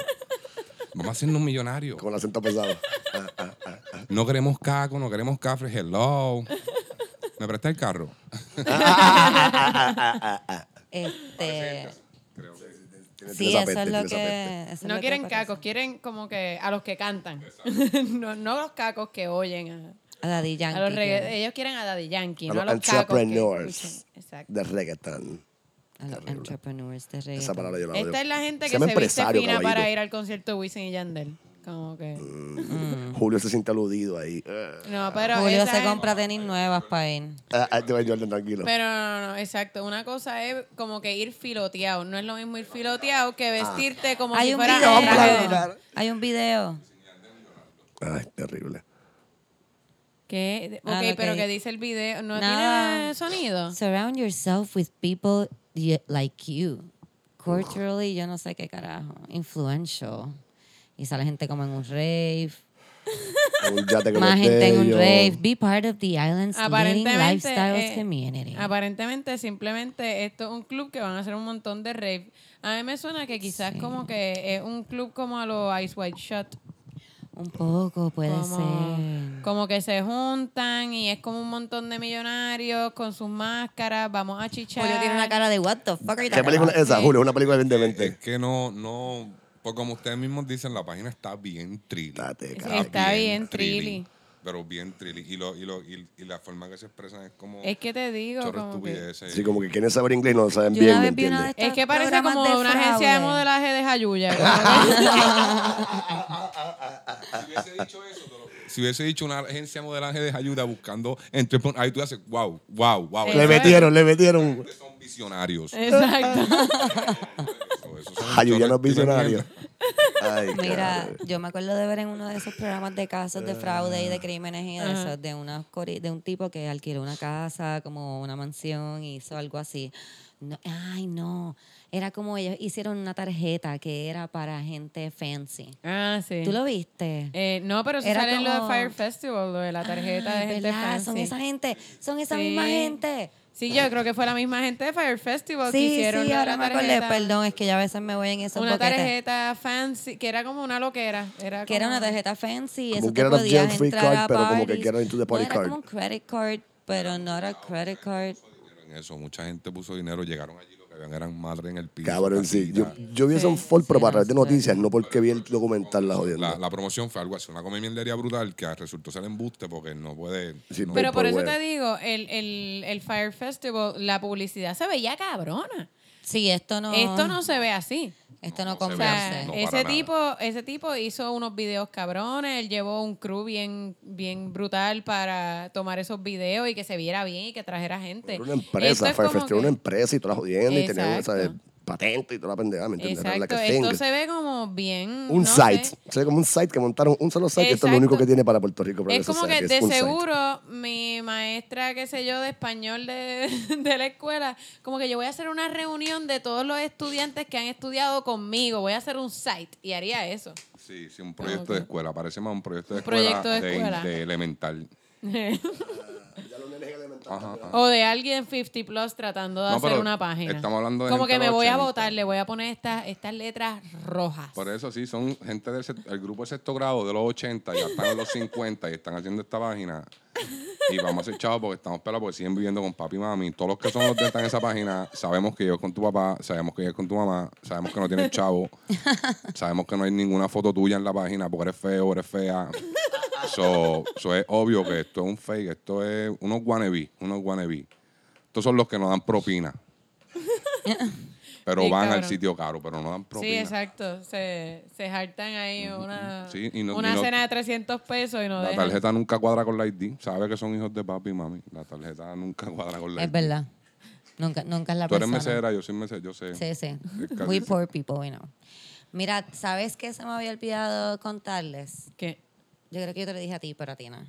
D: vamos a hacernos millonarios.
B: Con el acento pesado. Ah, ah, ah.
D: No queremos caco, no queremos cafre, hello. ¿Me presta el carro?
A: Este,
B: Tiene-
A: sí,
B: tiene
A: eso
B: esa
A: es lo
B: peste, tiene esa peste.
A: que... eso es lo
C: No
A: que
C: quieren
A: parece.
C: cacos, quieren como que a los que cantan. no, no los cacos que oyen.
A: A Daddy
C: A, a
A: Yankee
C: los regga-
A: quieren,
C: ellos quieren a Daddy Yankee,
B: A
C: no a
B: ah, los
C: los cacos. que
B: entrepreneurs.
C: escuchan. Exacto.
B: De reggaetón.
A: a los entrepreneurs de reggaeton.
B: Esa palabra yo la odio.
C: Esta es la gente que
B: llama
C: se viste
B: empresario,
C: fina para
B: caballito. Mm.
C: ir al concierto de Wisin y Yandel. Como que.
B: Julio se siente aludido ahí.
C: No, pero
A: Julio
C: esa
A: se
C: es-
A: compra tenis nuevas para ir.
B: Ah, ah, te va Jordan, tranquilo.
C: Pero no, no, no, exacto. Una cosa es como que ir filoteado. No es lo mismo ir filoteado
A: Ah.
C: que vestirte como
A: Hay
C: si
A: un
C: fuera
B: Vamos a
C: traje de-
B: platicar.
A: video. Hay un video.
B: Ay, terrible.
C: ¿Qué? Ok,
A: Ah, no,
C: pero
A: que-
C: que dice el video. ¿No
A: Nada.
C: tiene sonido?
A: Surround yourself with people y- like you. Culturally, yo no sé qué carajo. Influential. Y sale gente como en un rave.
B: Un yate que no
A: Más
B: es
A: gente
B: de
A: en un
B: ellos.
A: rave. Be part of the island's leading
C: Aparentemente,
A: lifestyles
C: eh,
A: community.
C: Aparentemente, simplemente esto es un club que van a hacer un montón de rave. A mí me suena que quizás
A: Sí.
C: como que es un club como a los Ice White Shot.
A: Un poco puede
C: Como,
A: ser.
C: como que se juntan y es como un montón de millonarios con sus máscaras. Vamos a chichar.
A: Julio tiene una cara de what the fuck are you
B: ¿Qué
A: talking
B: película es
A: about?"
B: esa, Julio? Es una película bien
D: Es
B: demente.
D: que no, no. Pues como ustedes mismos dicen, la página está bien trilly.
B: Date,
C: Sí,
B: cabrón.
C: está bien trilly.
D: Pero bien trilly. Y, lo, y, lo, y, y la forma que se expresan es como.
C: Es que te digo.
D: chorro
C: como que-
D: estupideces.
B: Sí, como que quieren saber inglés y no lo saben
A: Yo
B: bien,
A: una
B: ¿me
A: vez vi una de estas
B: entiendes?
C: Es que parece
A: programas
C: como
A: de
C: una agencia de
A: fraude.
C: modelaje de Jayuya.
D: Si hubiese dicho eso, te lo- si hubiese dicho una agencia de modelaje de ayuda buscando entre ahí tú haces wow, wow, wow.
C: Eso Eh.
B: Le
C: es.
B: metieron, le metieron.
D: Son visionarios.
C: Exacto.
D: Eso, eso son-
B: Ay, yo ya
D: yo
B: no
D: no
B: es visionario.
D: estoy
B: Ay,
A: Mira,
B: cabrón.
A: yo me acuerdo de ver en uno de esos programas de casos de fraude
C: Ah.
A: y de crímenes y de eso, de, una, de un tipo que alquiló una casa, como una mansión, y hizo algo así. No, ay, no. Era como ellos hicieron una tarjeta que era para gente fancy.
C: Ah, sí.
A: ¿Tú lo viste?
C: Eh, no, pero eso
A: Era
C: sale en lo de
A: como-
C: Fire Festival, lo de la tarjeta
A: Ay,
C: de gente
A: ¿verdad?
C: fancy.
A: Son esa gente, son esa misma
C: Sí.
A: gente.
C: Sí, yo creo que fue la misma gente de Fire Festival que
A: Sí,
C: hicieron
A: sí,
C: la-
A: ahora
C: la
A: me acordé,
C: tarjeta.
A: perdón, es que ya a veces me voy en esos
C: Una
A: boquetes.
C: tarjeta fancy, que era como una loquera. Era
A: que era
C: como-
A: una tarjeta fancy.
B: Como
A: eso
B: un
A: te
B: get out of
A: podías
B: jail free
A: entrar
B: card,
A: a
B: pero como que
A: parties.
B: get out into the
A: No,
B: party
A: era
B: card.
A: como un credit card, pero no era credit card.
D: En eso, mucha gente puso dinero, llegaron allí, lo que habían eran madre en el piso.
B: Cabrón, sí. Yo,
D: cajita.
B: yo vi eso en Ford, pero
A: sí,
B: para
A: no,
B: través de
A: sí.
B: noticias, no porque vi el documental la jodiendo.
D: La, la promoción fue algo así, una comemierdería brutal que resultó ser embuste porque no puede.
B: Sí,
D: no-
C: Pero por eso
B: Vaporware.
C: te digo, el, el, el Fire Festival, la publicidad se veía cabrona.
A: Sí, esto no.
C: Esto no se ve así.
A: Esto no,
D: No, no se
C: O
D: ve
A: complace.
C: sea,
D: No, para
C: ese
D: nada.
C: tipo, ese tipo hizo unos videos cabrones, él llevó un crew bien, bien brutal para tomar esos videos y que se viera bien y que trajera gente.
B: Era una
C: Esto
B: empresa,
C: es
B: Fire
C: como
B: Festival,
C: que-
B: una empresa y toda la jodienda y tenían
C: Exacto.
B: esa patente y toda la pendejada, ¿me entiendes? Era la
C: Exacto,
B: que
C: esto
B: thing.
C: se ve como bien.
B: Un
C: no
B: site,
C: sé.
B: se ve como un site que montaron, un solo site, que esto es lo
C: Exacto.
B: único que tiene para Puerto Rico.
C: Es
B: Progressive
C: como que
B: Society,
C: de
B: es un site.
C: seguro mi maestra, qué sé yo, de español de, de la escuela, como que yo voy a hacer una reunión de todos los estudiantes que han estudiado conmigo, voy a hacer un site y haría eso.
D: Sí, sí, un proyecto de escuela. Parece más un proyecto de
C: Un
D: escuela.
C: proyecto de
D: de,
C: escuela.
D: de elemental. Ajá, ajá.
C: O de alguien 50 plus tratando de
D: No,
C: hacer
D: pero
C: una página.
D: estamos hablando de
C: Como
D: gente
C: que me
D: de los
C: voy a
D: 80.
C: votar, le voy a poner estas, estas letras rojas.
D: Por eso sí, son gente del sec- el grupo de sexto grado de los 80, ya están en los 50 y están haciendo esta página. Y vamos a ser chavos porque estamos pelados porque siguen viviendo con papi y mami. Todos los que son los que están en esa página, sabemos que yo es con tu papá, sabemos que yo es con tu mamá, sabemos que no tienes chavo, sabemos que no hay ninguna foto tuya en la página porque eres feo, eres fea. Eso es obvio que esto es un fake, esto es unos wannabe, unos wannabe. Estos son los que no dan propina. Pero
C: Bien
D: van al
C: cabrón.
D: sitio caro, pero no dan propina. Mm,
C: Sí, exacto. Se, se jartan ahí una,
D: Sí, y no-
C: una
D: y no-
C: cena de 300 pesos y no
D: La
C: dejan.
D: tarjeta nunca cuadra con la ID. Sabe que son hijos de papi y mami. La tarjeta nunca cuadra con la ID.
A: Es verdad. Nunca, nunca es la
D: Tú eres
A: persona.
D: mesera, yo soy mesera, yo sé.
A: Sí, sí.
D: Es casi-
A: We poor people, we know. Mira, ¿sabes qué se me había olvidado contarles?
C: ¿Qué?
A: Yo creo que yo te lo dije a ti, pero a ti no.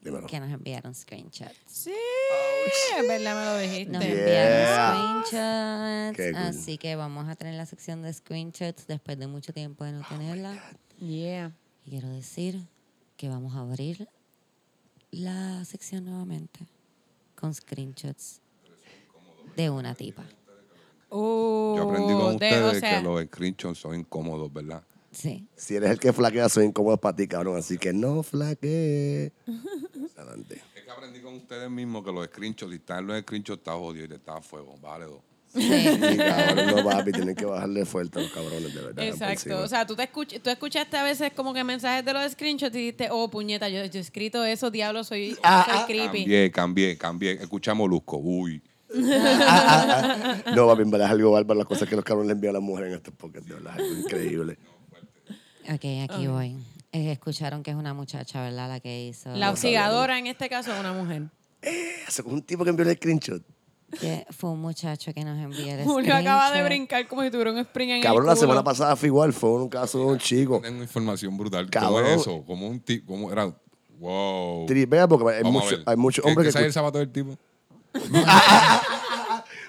B: Dímelo.
A: Que nos enviaron screenshots.
C: Sí, es verdad, me lo dijiste.
A: Nos enviaron screenshots.
B: Qué cool.
A: Así que vamos a tener la sección de screenshots después de mucho tiempo
B: Oh
A: de no tenerla.
C: Yeah.
A: Y quiero decir que vamos a abrir la sección nuevamente con screenshots de una tipa.
C: Uh,
D: Yo aprendí con
C: de-
D: ustedes
C: o sea,
D: que los screenshots son incómodos, ¿verdad?
A: Sí.
B: Si eres el que flaquea, soy incómodo para ti, cabrón. Así que no flaquee. Adelante.
D: Es que aprendí con ustedes mismos que los screenshots, si están los screenshots, está jodido y te está a fuego. Vale, dos.
A: Sí.
B: Y cabrón, no, papi, tienen que bajarle fuerte a los cabrones, de verdad.
C: Exacto.
B: por
C: O sea, tú, te escuch- tú escuchaste a veces como que mensajes de los screenshots y dijiste, oh, puñeta, yo, yo he escrito eso, diablo, soy,
D: Ah,
C: soy creepy.
D: Cambié, cambié, cambié. Escucha Molusco. Uy.
B: encima. No, papi, en verdad es algo bárbaro las cosas que los cabrones le envían a las mujeres en estos podcasts, de verdad. Es algo increíble.
A: Ok, aquí voy. Eh, escucharon que es una muchacha, ¿verdad? La que hizo.
C: La hostigadora en este caso es una mujer.
B: Se cogió Eh, un tipo que envió el screenshot.
A: que fue un muchacho que nos envió el
C: Julio acaba de
A: screenshot.
C: brincar como si tuviera un spring en
B: Cabrón,
C: el
B: la
C: culo.
B: semana pasada fue igual, fue un caso de un chico.
D: Tengo información brutal. ¿Cómo
B: Cabrón.
D: es eso? ¿Cómo un tipo? ¿Cómo era? Wow.
B: Tripea porque hay
D: Vamos a
B: mucho-
D: ver.
B: hay muchos
D: ¿Qué-
B: hombres
D: qué
B: que...
D: sabe el zapato del tipo?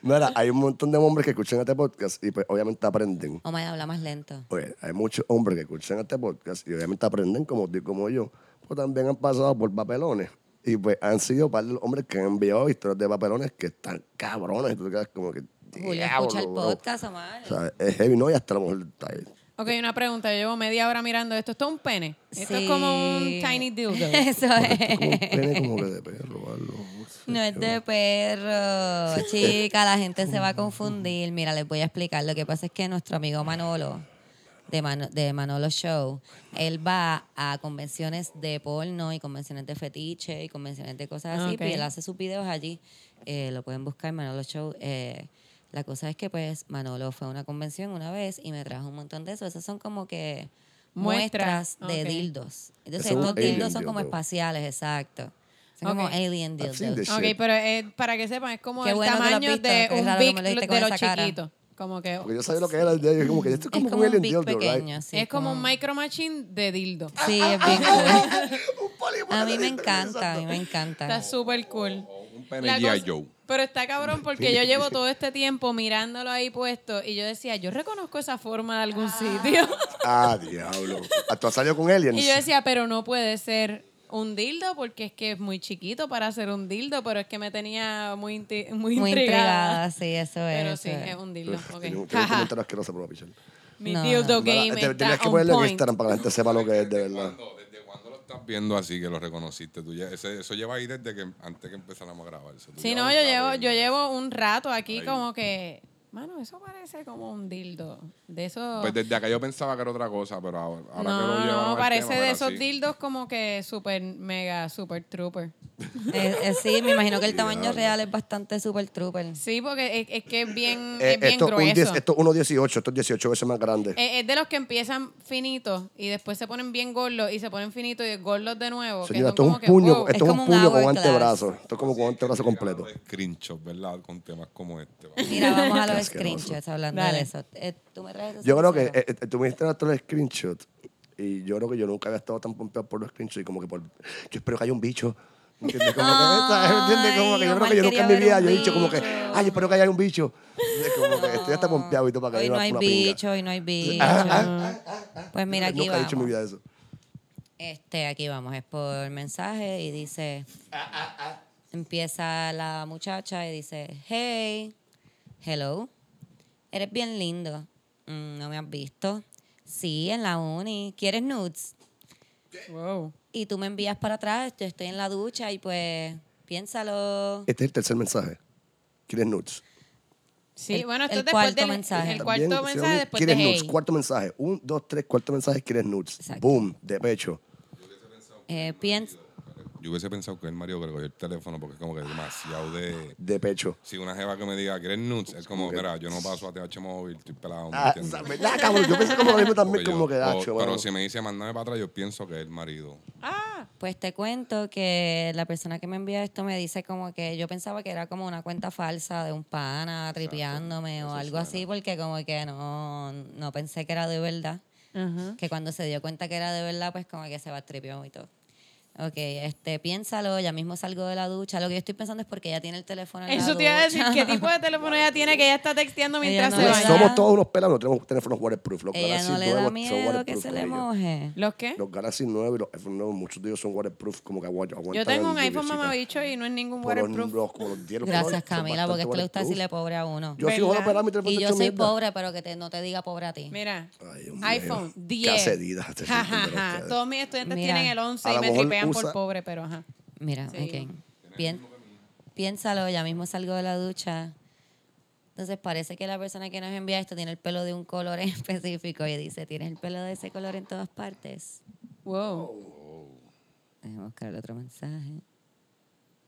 B: Mira, hay un montón de hombres que escuchan este podcast y pues obviamente aprenden.
A: Oh my, habla más lento.
B: Oye, hay muchos hombres que escuchan este podcast y obviamente aprenden como tú y como yo, pues también han pasado por papelones. Y pues han sido par de los hombres que han enviado historias de papelones que están cabrones. Y tú te quedas como que.
A: Julio escucha el
B: "Diablo, bro".
A: podcast, Omar.
B: O sea, es heavy, ¿no? Y hasta la mujer está ahí.
C: Ok, una pregunta. Yo llevo media hora mirando esto. ¿Esto es un pene? Esto es
A: Sí.
C: como un tiny dildo.
A: Eso
B: Como un
A: es.
B: pene como que de perro, o algo, no sé.
A: No es de perro. Chica, la gente se va a confundir. Mira, les voy a explicar. Lo que pasa es que nuestro amigo Manolo, de, Mano- de Manolo Show, él va a convenciones de porno y convenciones de fetiche y convenciones de cosas así.
C: Ok.
A: Y él hace sus videos allí. Eh, lo pueden buscar en Manolo Show. Eh, la cosa es que, pues, Manolo fue a una convención una vez y me trajo un montón de eso. Esas son como que muestras,
C: Muestras,
A: de
C: ok.
A: dildos. Entonces,
B: Eso es un
A: estos
B: alien
A: dildos son como
B: dildo.
A: espaciales, exacto. Son como
C: Ok.
A: alien
B: I've
A: dildos.
B: seen this
C: Ok,
B: shit.
C: pero eh, para que sepan, es como
A: Qué
C: el
A: bueno que lo has
C: tamaño
A: visto,
C: de
A: qué
C: un
A: raro que
C: big
A: me lo dijiste
C: lo-
A: con
C: de los
A: esa cara.
C: chiquitos. Como que
B: Porque yo sabía lo que era el día yo como que esto es
A: Es
B: como,
A: como
B: un
A: un
B: alien
A: big
B: dildo,
A: pequeño,
B: right?
A: sí. Ah,
C: es como un
A: micro.
C: micro machine de dildo.
A: Sí, es big cool.
B: Un polígono
A: A mí ah,
B: de
A: me
B: dildo,
A: encanta, a
B: exacto.
A: mí me encanta.
C: Está súper cool.
D: Un pene
C: La
D: G.I.
C: cosa-
D: Joe.
C: Pero está cabrón porque yo llevo todo este tiempo mirándolo ahí puesto y yo decía, yo reconozco esa forma de algún sitio.
B: Ah, diablo. ¿Tú has salido con aliens?
C: Y yo decía, pero no puede ser un dildo porque es que es muy chiquito para ser un dildo, pero es que me tenía muy, inti- muy,
A: Muy
C: intrigada.
A: intrigada, sí, eso es.
C: Pero
A: eso
C: sí,
A: es.
C: es un dildo. ok.
B: Tiene un tiene un
C: Jaja.
B: comentario asqueroso por la pichón.
C: Mi
A: No,
C: dildo
B: Mala-
C: game
B: te-
C: está
B: Tenías que
C: on
B: ponerlo en
C: point.
B: Instagram para que la gente sepa lo que es de verdad.
D: ¿Cuándo? ¿Desde cuándo lo estás viendo así que lo reconociste? Tú ya- ese- eso lleva ahí desde que antes que empezáramos a grabar. Eso tú
C: Sí,
D: llevas
C: no,
D: un
C: yo
D: rato
C: llevo,
D: viendo
C: yo llevo un rato aquí
D: Ahí.
C: como que, mano, eso parece como un dildo. De eso...
D: eso. Pues desde acá yo pensaba que era otra cosa, pero ahora, ahora que lo
C: no,
D: llevamos
C: no,
D: al
C: parece
D: tema,
C: de
D: era
C: esos
D: así.
C: dildos como que super mega, super trooper.
A: Eh, eh, sí, me imagino que el tamaño real es bastante super trooper.
C: Sí, porque es, es que es bien,
B: Eh,
C: es bien
B: esto, un
C: grueso.
B: diez- esto es 1.18, esto es 18 veces más grande.
C: Eh, Es, de los que empiezan finitos y después se ponen bien gordos y se ponen finitos y gordos de nuevo. que
B: Señora,
C: son
B: esto es un
C: como que,
B: puño,
C: wow.
B: esto es
A: como
B: un
A: un
B: puño con
A: hourglass.
B: antebrazo. Esto es como con antebrazo completo.
D: Hablando de Screenshot, ¿verdad? Con temas como este. ¿verdad?
A: Mira, vamos a
B: Qué
A: los
B: asqueroso.
A: screenshots hablando
C: Dale.
A: de eso. Eh, ¿Tú me traes eso?
B: Yo creo que eh, eh, tú me instalaste el screenshot y yo creo que yo nunca había estado tan pompeado por los screenshots y como que por... Yo espero que haya un bicho. ¿Entiendes? Como que, ¿sabes? ¿Entiendes? Como que yo creo
A: Omar
B: que yo nunca en mi
A: quería
B: vida
A: ver
B: yo he
A: un
B: dicho como que,
A: bicho.
B: ay, espero que haya un bicho. ¿Entiendes? Como que estoy hasta pompeado y todo para que
A: Hoy
B: haya
A: no
B: una,
A: hay
B: una
A: bicho, hoy no hay bicho. Pues mira, aquí
B: nunca he dicho en mi
A: vamos.
B: vida eso.
A: Este, aquí vamos, es por mensaje y dice. Empieza la muchacha y dice, hey, hello, eres bien lindo. "Mm, no me has visto. Sí, en la uni. ¿Quieres nudes?
C: Wow.
A: Y tú me envías para atrás, yo estoy en la ducha y pues, piénsalo.
B: Este es el tercer mensaje. ¿Quién es Nuts?
C: Sí,
A: El-
C: bueno, esto
A: el
C: es después
A: cuarto
C: del
A: mensaje.
C: El
B: También, si
C: cuarto
B: no,
C: mensaje después de
B: ¿Quieres nudes?
C: hey.
B: Cuarto mensaje. Un, dos, tres, cuarto mensaje. ¿Quieres nudes?
A: Exacto.
B: Boom, de pecho.
A: Eh, piens-
D: Yo hubiese pensado que el Mario que cogió el teléfono porque es como que demasiado de...
B: De pecho.
D: Si una jeva que me diga, ¿quieres nuts? Es como, mira, yo no paso a TH móvil, estoy pelado. ¿me
B: Ah,
D: entiendes?
B: o sea, ¿verdad, cabrón? Yo pensé como lo mismo también,
D: Porque yo-
B: como que ah,
D: o-
B: gacho.
D: Pero
B: mano.
D: si me dice, mandame para atrás, yo pienso que es el marido.
C: Ah,
A: Pues te cuento que la persona que me envía esto me dice como que yo pensaba que era como una cuenta falsa de un pana tripeándome o algo así, porque como que no, no pensé que era de verdad. Que cuando se dio cuenta que era de verdad, pues como que se va tripeó y todo. Ok, este, piénsalo, ya mismo salgo de la ducha. Lo que yo estoy pensando es porque ella tiene el teléfono en la
C: eso
A: ducha.
C: te iba a decir. ¿Qué tipo de teléfono ella tiene que ella está texteando
A: Ella
C: mientras
A: no
C: se
A: le
C: baña?
A: da-
B: Pues Somos todos unos pelados, no tenemos teléfonos waterproof. Los
A: Ella
B: Galaxy
A: no le
B: nuevos
A: da
B: son
A: miedo que
B: waterproof,
A: se le
B: corillo.
A: moje.
C: ¿Los qué?
B: Los Galaxy 9 y los iPhone 9, muchos de ellos son waterproof, como que aguant- aguantan.
C: Yo tengo un
B: la
C: iPhone
B: lluviecita.
C: mamabicho y no es ningún
B: Por los-
C: waterproof.
B: los- como los 10, los
A: Gracias,
B: colores son
A: Camila, porque es que le gusta
B: bastante
A: decirle pobre a uno.
B: waterproof. Yo soy jodido
C: ¿Verdad?
B: pelado, mi teléfono
A: Y
B: está
A: yo
B: hecho
A: soy
B: mierda.
A: pobre, pero que te- no te diga pobre a ti.
C: Mira,
B: Ay, Dios mío.
C: iPhone
B: Qué
C: 10.
B: acedidas te sienten,
C: Ja, ja,
B: pero
C: ja.
B: ustedes.
C: Todos mis estudiantes
A: Mira.
C: tienen el 11
B: A
C: y
B: lo
C: me
B: mejor
C: tripean por
B: usa-
C: pobre, pero ajá.
A: Mira,
C: Sí.
A: ok. Pien- piénsalo, ya mismo salgo de la ducha. Entonces parece que la persona que nos envía esto tiene el pelo de un color en específico y dice, ¿tienes el pelo de ese color en todas partes?
B: Oh.
C: Wow.
A: Déjame buscar el otro mensaje.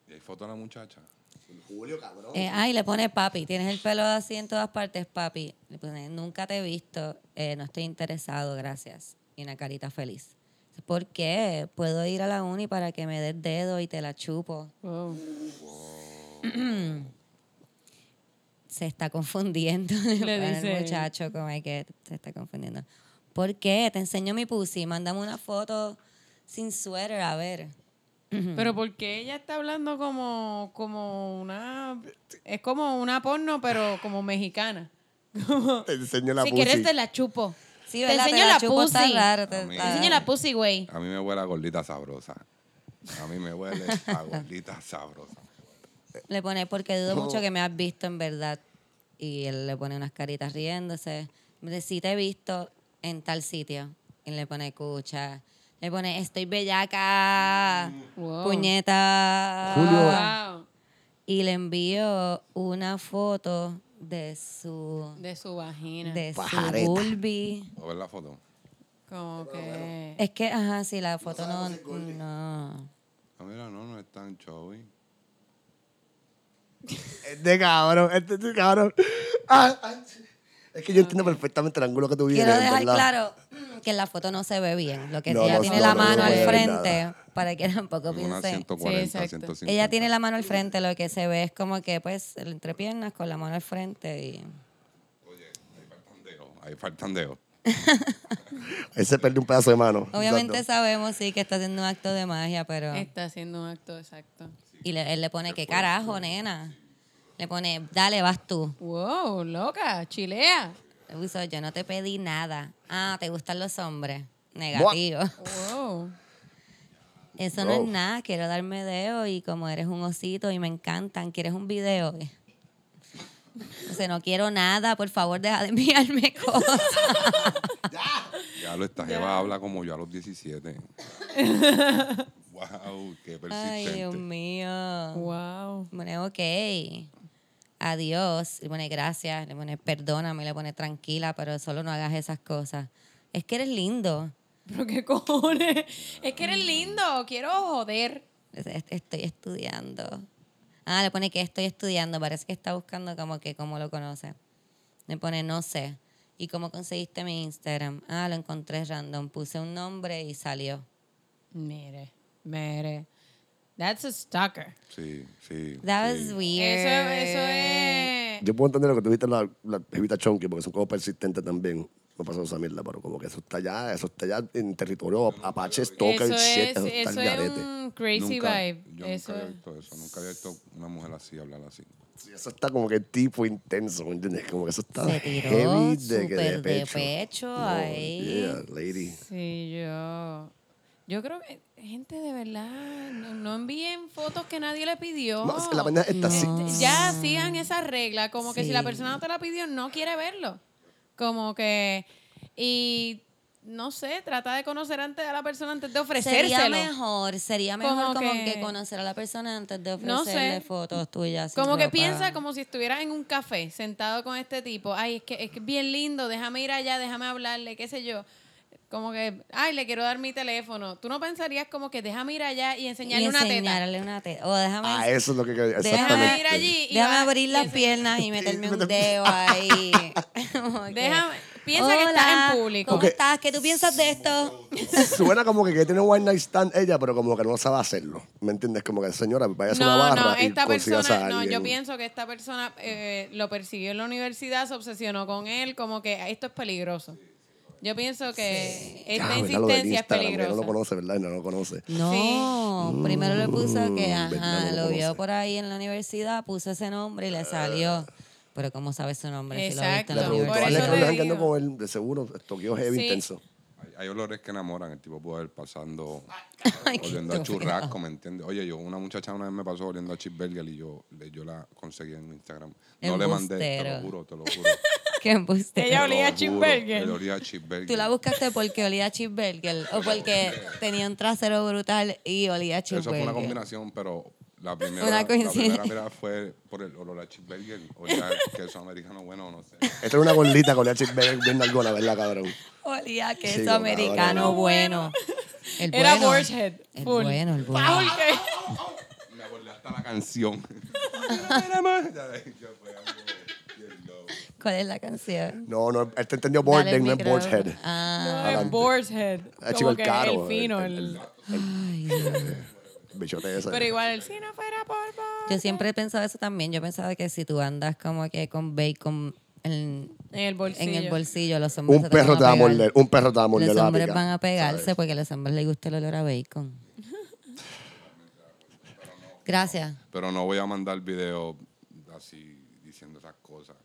D: Y hay foto de la muchacha.
A: Eh, ah, y le pone papi, tienes el pelo así en todas partes, papi. Le pone, nunca te he visto, eh, no estoy interesado, gracias. Y una carita feliz. O sea, ¿Por qué? Puedo ir a la uni para que me des dedo y te la chupo.
C: Wow.
A: Se está confundiendo
C: Le
A: el
C: dice él.
A: muchacho, como es que se está confundiendo. ¿Por qué? Te enseño mi pussy. Mándame una foto sin suéter, a ver.
C: Pero porque ella está hablando como, como una... Es como una porno, pero como mexicana.
B: Te enseño la
C: si
B: pussy.
C: quieres te la chupo.
A: Sí,
C: te
A: ¿verdad?
C: enseño
A: Te
C: la,
A: chupo, está
C: pussy.
A: raro, te-
D: A mí-
C: Te
A: está-
C: enseño la pussy, güey.
D: A mí me huele a gordita sabrosa. A mí me huele a gordita sabrosa.
A: Le pone, porque dudo mucho que me has visto en verdad. Y él le pone unas caritas riéndose. Me dice, sí te he visto en tal sitio. Y le pone, escucha. Le pone, estoy bellaca.
C: Wow.
A: Puñeta.
C: Wow.
A: Y le envío una foto de su...
C: De su vagina.
A: De
B: Pajareta.
A: su bulbi.
D: ¿Puedo ver la foto?
C: Como que...
A: Es que, ajá, sí, la foto no... No.
D: Ah, mira, no, no es tan showy.
B: Este cabrón, este, este cabrón. Ah, ah, es que yo entiendo perfectamente el ángulo que tú vienes,
A: Quiero dejar
B: ¿verdad?
A: claro que en la foto no se ve bien. Lo que
B: No,
A: ella
B: no,
A: tiene
B: no,
A: la
B: no,
A: mano
B: no
A: al
B: se ve
A: frente para que tampoco
D: Como una
A: piensen.
D: 140,
C: exacto.
D: 150.
A: Ella tiene la mano al frente, lo que se ve es como que pues el entrepiernas con la mano al frente y
D: Ahí faltan dedos, Ahí faltan dedos.
B: Él se perdió un pedazo de mano.
A: obviamente
B: Exacto. Eh,
A: sabemos sí que está haciendo un acto de magia, pero
C: Está haciendo un acto exacto.
A: y le- él le pone qué carajo, nena. Le pone, "Dale, vas tú."
C: Wow, loca, chilea.
A: Uso, yo no te pedí nada. Ah, ¿te gustan los hombres? Negativo.
C: Wow.
A: Eso no es
B: Wow.
A: nada, quiero darme deo y como eres un osito y me encantan, ¿quieres un video? O sea, no quiero nada, por favor, deja de enviarme cosas.
D: Ya lo está, Jeva habla como yo a los 17. wow, qué persistente.
A: Ay, Dios mío.
C: Wow.
A: pone, ok, adiós, le pone gracias, le pone perdóname, le pone tranquila, pero solo no hagas esas cosas. Es que eres lindo.
C: Pero qué cojones. Es que eres lindo, quiero joder.
A: Dice, "Est- Estoy estudiando. Ah, le pone que estoy estudiando, parece que está buscando como que cómo lo conoce. Le pone no sé. ¿Y cómo conseguiste mi Instagram? Ah, lo encontré random, puse un nombre y salió.
C: Mire, mire. That's a stalker.
D: Sí, sí.
A: That
D: sí.
A: was weird.
C: Eso, eso es.
B: Yo puedo entender lo que tuviste la, la jevita chonky, porque son como persistentes también. No pasa esa mierda, pero como que eso está ya, eso está ya en territorio apache, stalker,
C: eso
B: shit,
C: es,
B: eso está el
C: eso es
B: garete.
C: un crazy
D: Nunca-
C: vibe.
D: Yo
C: eso
D: nunca
C: es.
D: había visto eso. Nunca había visto una mujer así hablar así.
B: Sí, Eso está como que tipo intenso, ¿me entiendes? Como que eso está
A: Se tiró
B: heavy de, que
A: súper
B: de
A: de
B: pecho.
A: pecho
B: No,
A: ahí.
B: yeah, lady.
C: Sí, yo. Yo creo que, gente, de verdad, no, no envíen fotos que nadie le pidió.
B: No, es
A: Oh,
B: que la vaina está así.
C: Este, Ya sigan esa regla, como que si la
A: Sí.
C: persona no te la pidió, no quiere verlo. Como que. Y no sé, trata de conocer antes a la persona antes de
A: Sería
C: ofrecérselo.
A: mejor, sería mejor como
C: Como
A: que,
C: que-
A: conocer a la persona antes de
C: No sé.
A: ofrecerle fotos tuyas. sin
C: Como que
A: ropa.
C: piensa como si estuviera en un café, sentado con este tipo. Ay, es que es que es bien lindo, déjame ir allá, déjame hablarle, qué sé yo. Como que, ay, le quiero dar mi teléfono. Tú no pensarías como que déjame ir allá y
A: Y
C: enseñarle una teta.
A: enseñarle una teta. O déjame,
B: Ah, eso es lo que...
A: déjame
B: Exactamente.
C: ir allí y
A: déjame
C: va-
A: abrir
C: y
A: las
C: enseña-
A: piernas y meterme un dedo ahí. Como que,
C: Déjame- piensa que estás en público.
A: ¿Cómo
B: Ok.
A: estás? ¿Qué tú piensas de esto?
B: Suena como que, que tiene un one night stand ella, pero como que no sabe hacerlo. ¿Me entiendes? Como que señora, vaya a una
C: No,
B: barra
C: no,
B: y
C: esta
B: consigas a
C: persona, no,
B: alguien.
C: yo pienso que esta persona eh, lo persiguió en la universidad, se obsesionó con él, como que esto es peligroso. Yo pienso que
B: Ya,
C: esta
B: ¿verdad? Lo del
C: insistencia es
B: Instagram, que No lo
C: peligrosa.
B: conoce, ¿verdad? No lo conoce.
A: No, primero le puso que,
B: Mm,
A: ajá,
B: verdad, no
A: lo
B: lo
A: vio
B: conoce.
A: por ahí en la universidad, puso ese nombre y le salió. Pero ¿cómo sabes su nombre si lo viste
C: Exacto.
A: en
B: Le
A: la
C: Por
B: preguntó a
C: eso
B: Alex
A: universidad?
C: le
B: que anda
C: digo.
B: jangueando con él, de seguro, toqueó heavy
C: Sí.
B: intenso.
D: Hay, hay olores que enamoran. El tipo puede ir pasando,
A: Ay, qué
D: oliendo a
A: estúpido.
D: churrasco, ¿me entiendes? Oye, yo, una muchacha una vez me pasó oliendo a cheeseburger y yo, le- yo la conseguí en mi Instagram. No le mandé, te
A: Embustero.
D: lo juro, te lo juro.
A: Qué embuste.
C: Ella
D: Te
C: olía a
D: lo juro,
C: cheeseburger.
D: Ella olía a cheeseburger.
A: Tú la buscaste porque olía a cheeseburger o porque tenía un trasero brutal y olía a
D: Eso fue una
A: cheeseburger.
D: combinación, pero la primera,
A: Una
D: la
A: coincidencia.
D: primera mira, fue por el olor a cheeseburger, o ya queso americano bueno, no sé.
B: Esta es una gordita con Alex bien bien nalgona, ¿verdad, cabrón?
A: Olía a queso
B: Sí, bueno,
A: americano
B: ahora-
A: bueno. El
C: Era
A: bueno.
C: Borshead.
A: El
C: full.
A: bueno, el bueno.
C: Ah, ¿por qué?
D: Me acordé hasta la canción. Ya, ya fue algo bien loco.
A: ¿Cuál es la canción?
B: No, no, él te entendió
A: Dale el
B: Borden, no es
A: micrófono.
B: Boardhead.
A: Ah,
C: No,
B: Adelante.
C: es Boar's Head.
B: Ah, chico,
C: como
B: el
C: que
B: caro.
C: El fino.
B: el-
C: el-
A: ay, Dios.
B: bichote ese.
C: Pero igual, el si no fuera por vos.
A: Yo siempre he pensado eso también. Yo pensaba que si tú andas como que con bacon en,
C: En el bolsillo.
A: en el bolsillo, los hombres.
B: un
A: se van
B: perro te va a
A: pegar.
B: morder, un perro te va a morder.
A: Los
B: la
A: hombres
B: pica,
A: van a pegarse
B: ¿sabes?
A: porque a los hombres les gusta el olor a bacon. Gracias.
D: Pero no voy a mandar video así diciendo esas cosas.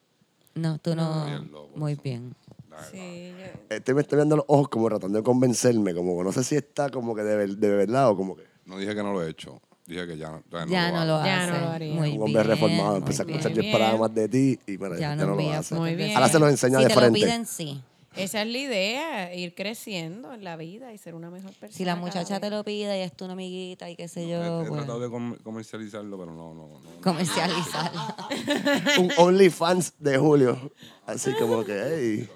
A: No, tú no.
D: Bien loco,
A: Muy
D: eso.
A: bien.
D: La verdad.
C: Sí, yo-
B: Este me está viendo los ojos como tratando de convencerme, como que no sé si está como que de, ver- de verdad o como que
D: No dije que no lo he hecho. Dije que ya, ya no
A: Ya
D: lo
A: no
D: hago.
A: lo hace.
C: Ya no lo haría.
A: Muy
B: un hombre
A: bien,
B: reformado
A: muy
B: empieza a escuchar
A: bien.
B: yo
C: bien.
B: esperaba más de ti y bueno,
A: Ya no,
B: ya
A: pues,
B: no lo
A: envías
B: hace.
A: fotos
C: Muy
A: de
C: bien.
A: eso.
B: Ahora se los enseña
A: si
B: de frente.
A: te lo piden, sí.
C: Esa es la idea, ir creciendo en la vida y ser una mejor persona.
A: Si la
C: cada
A: muchacha te
C: día.
A: lo pide y es tu amiguita y qué sé
D: He-
A: yo,
C: este,
A: pues.
D: He,
A: bueno,
D: tratado de com- comercializarlo, pero no, no, no.
A: comercializarla.
B: un OnlyFans de Julio. Así como que, hey,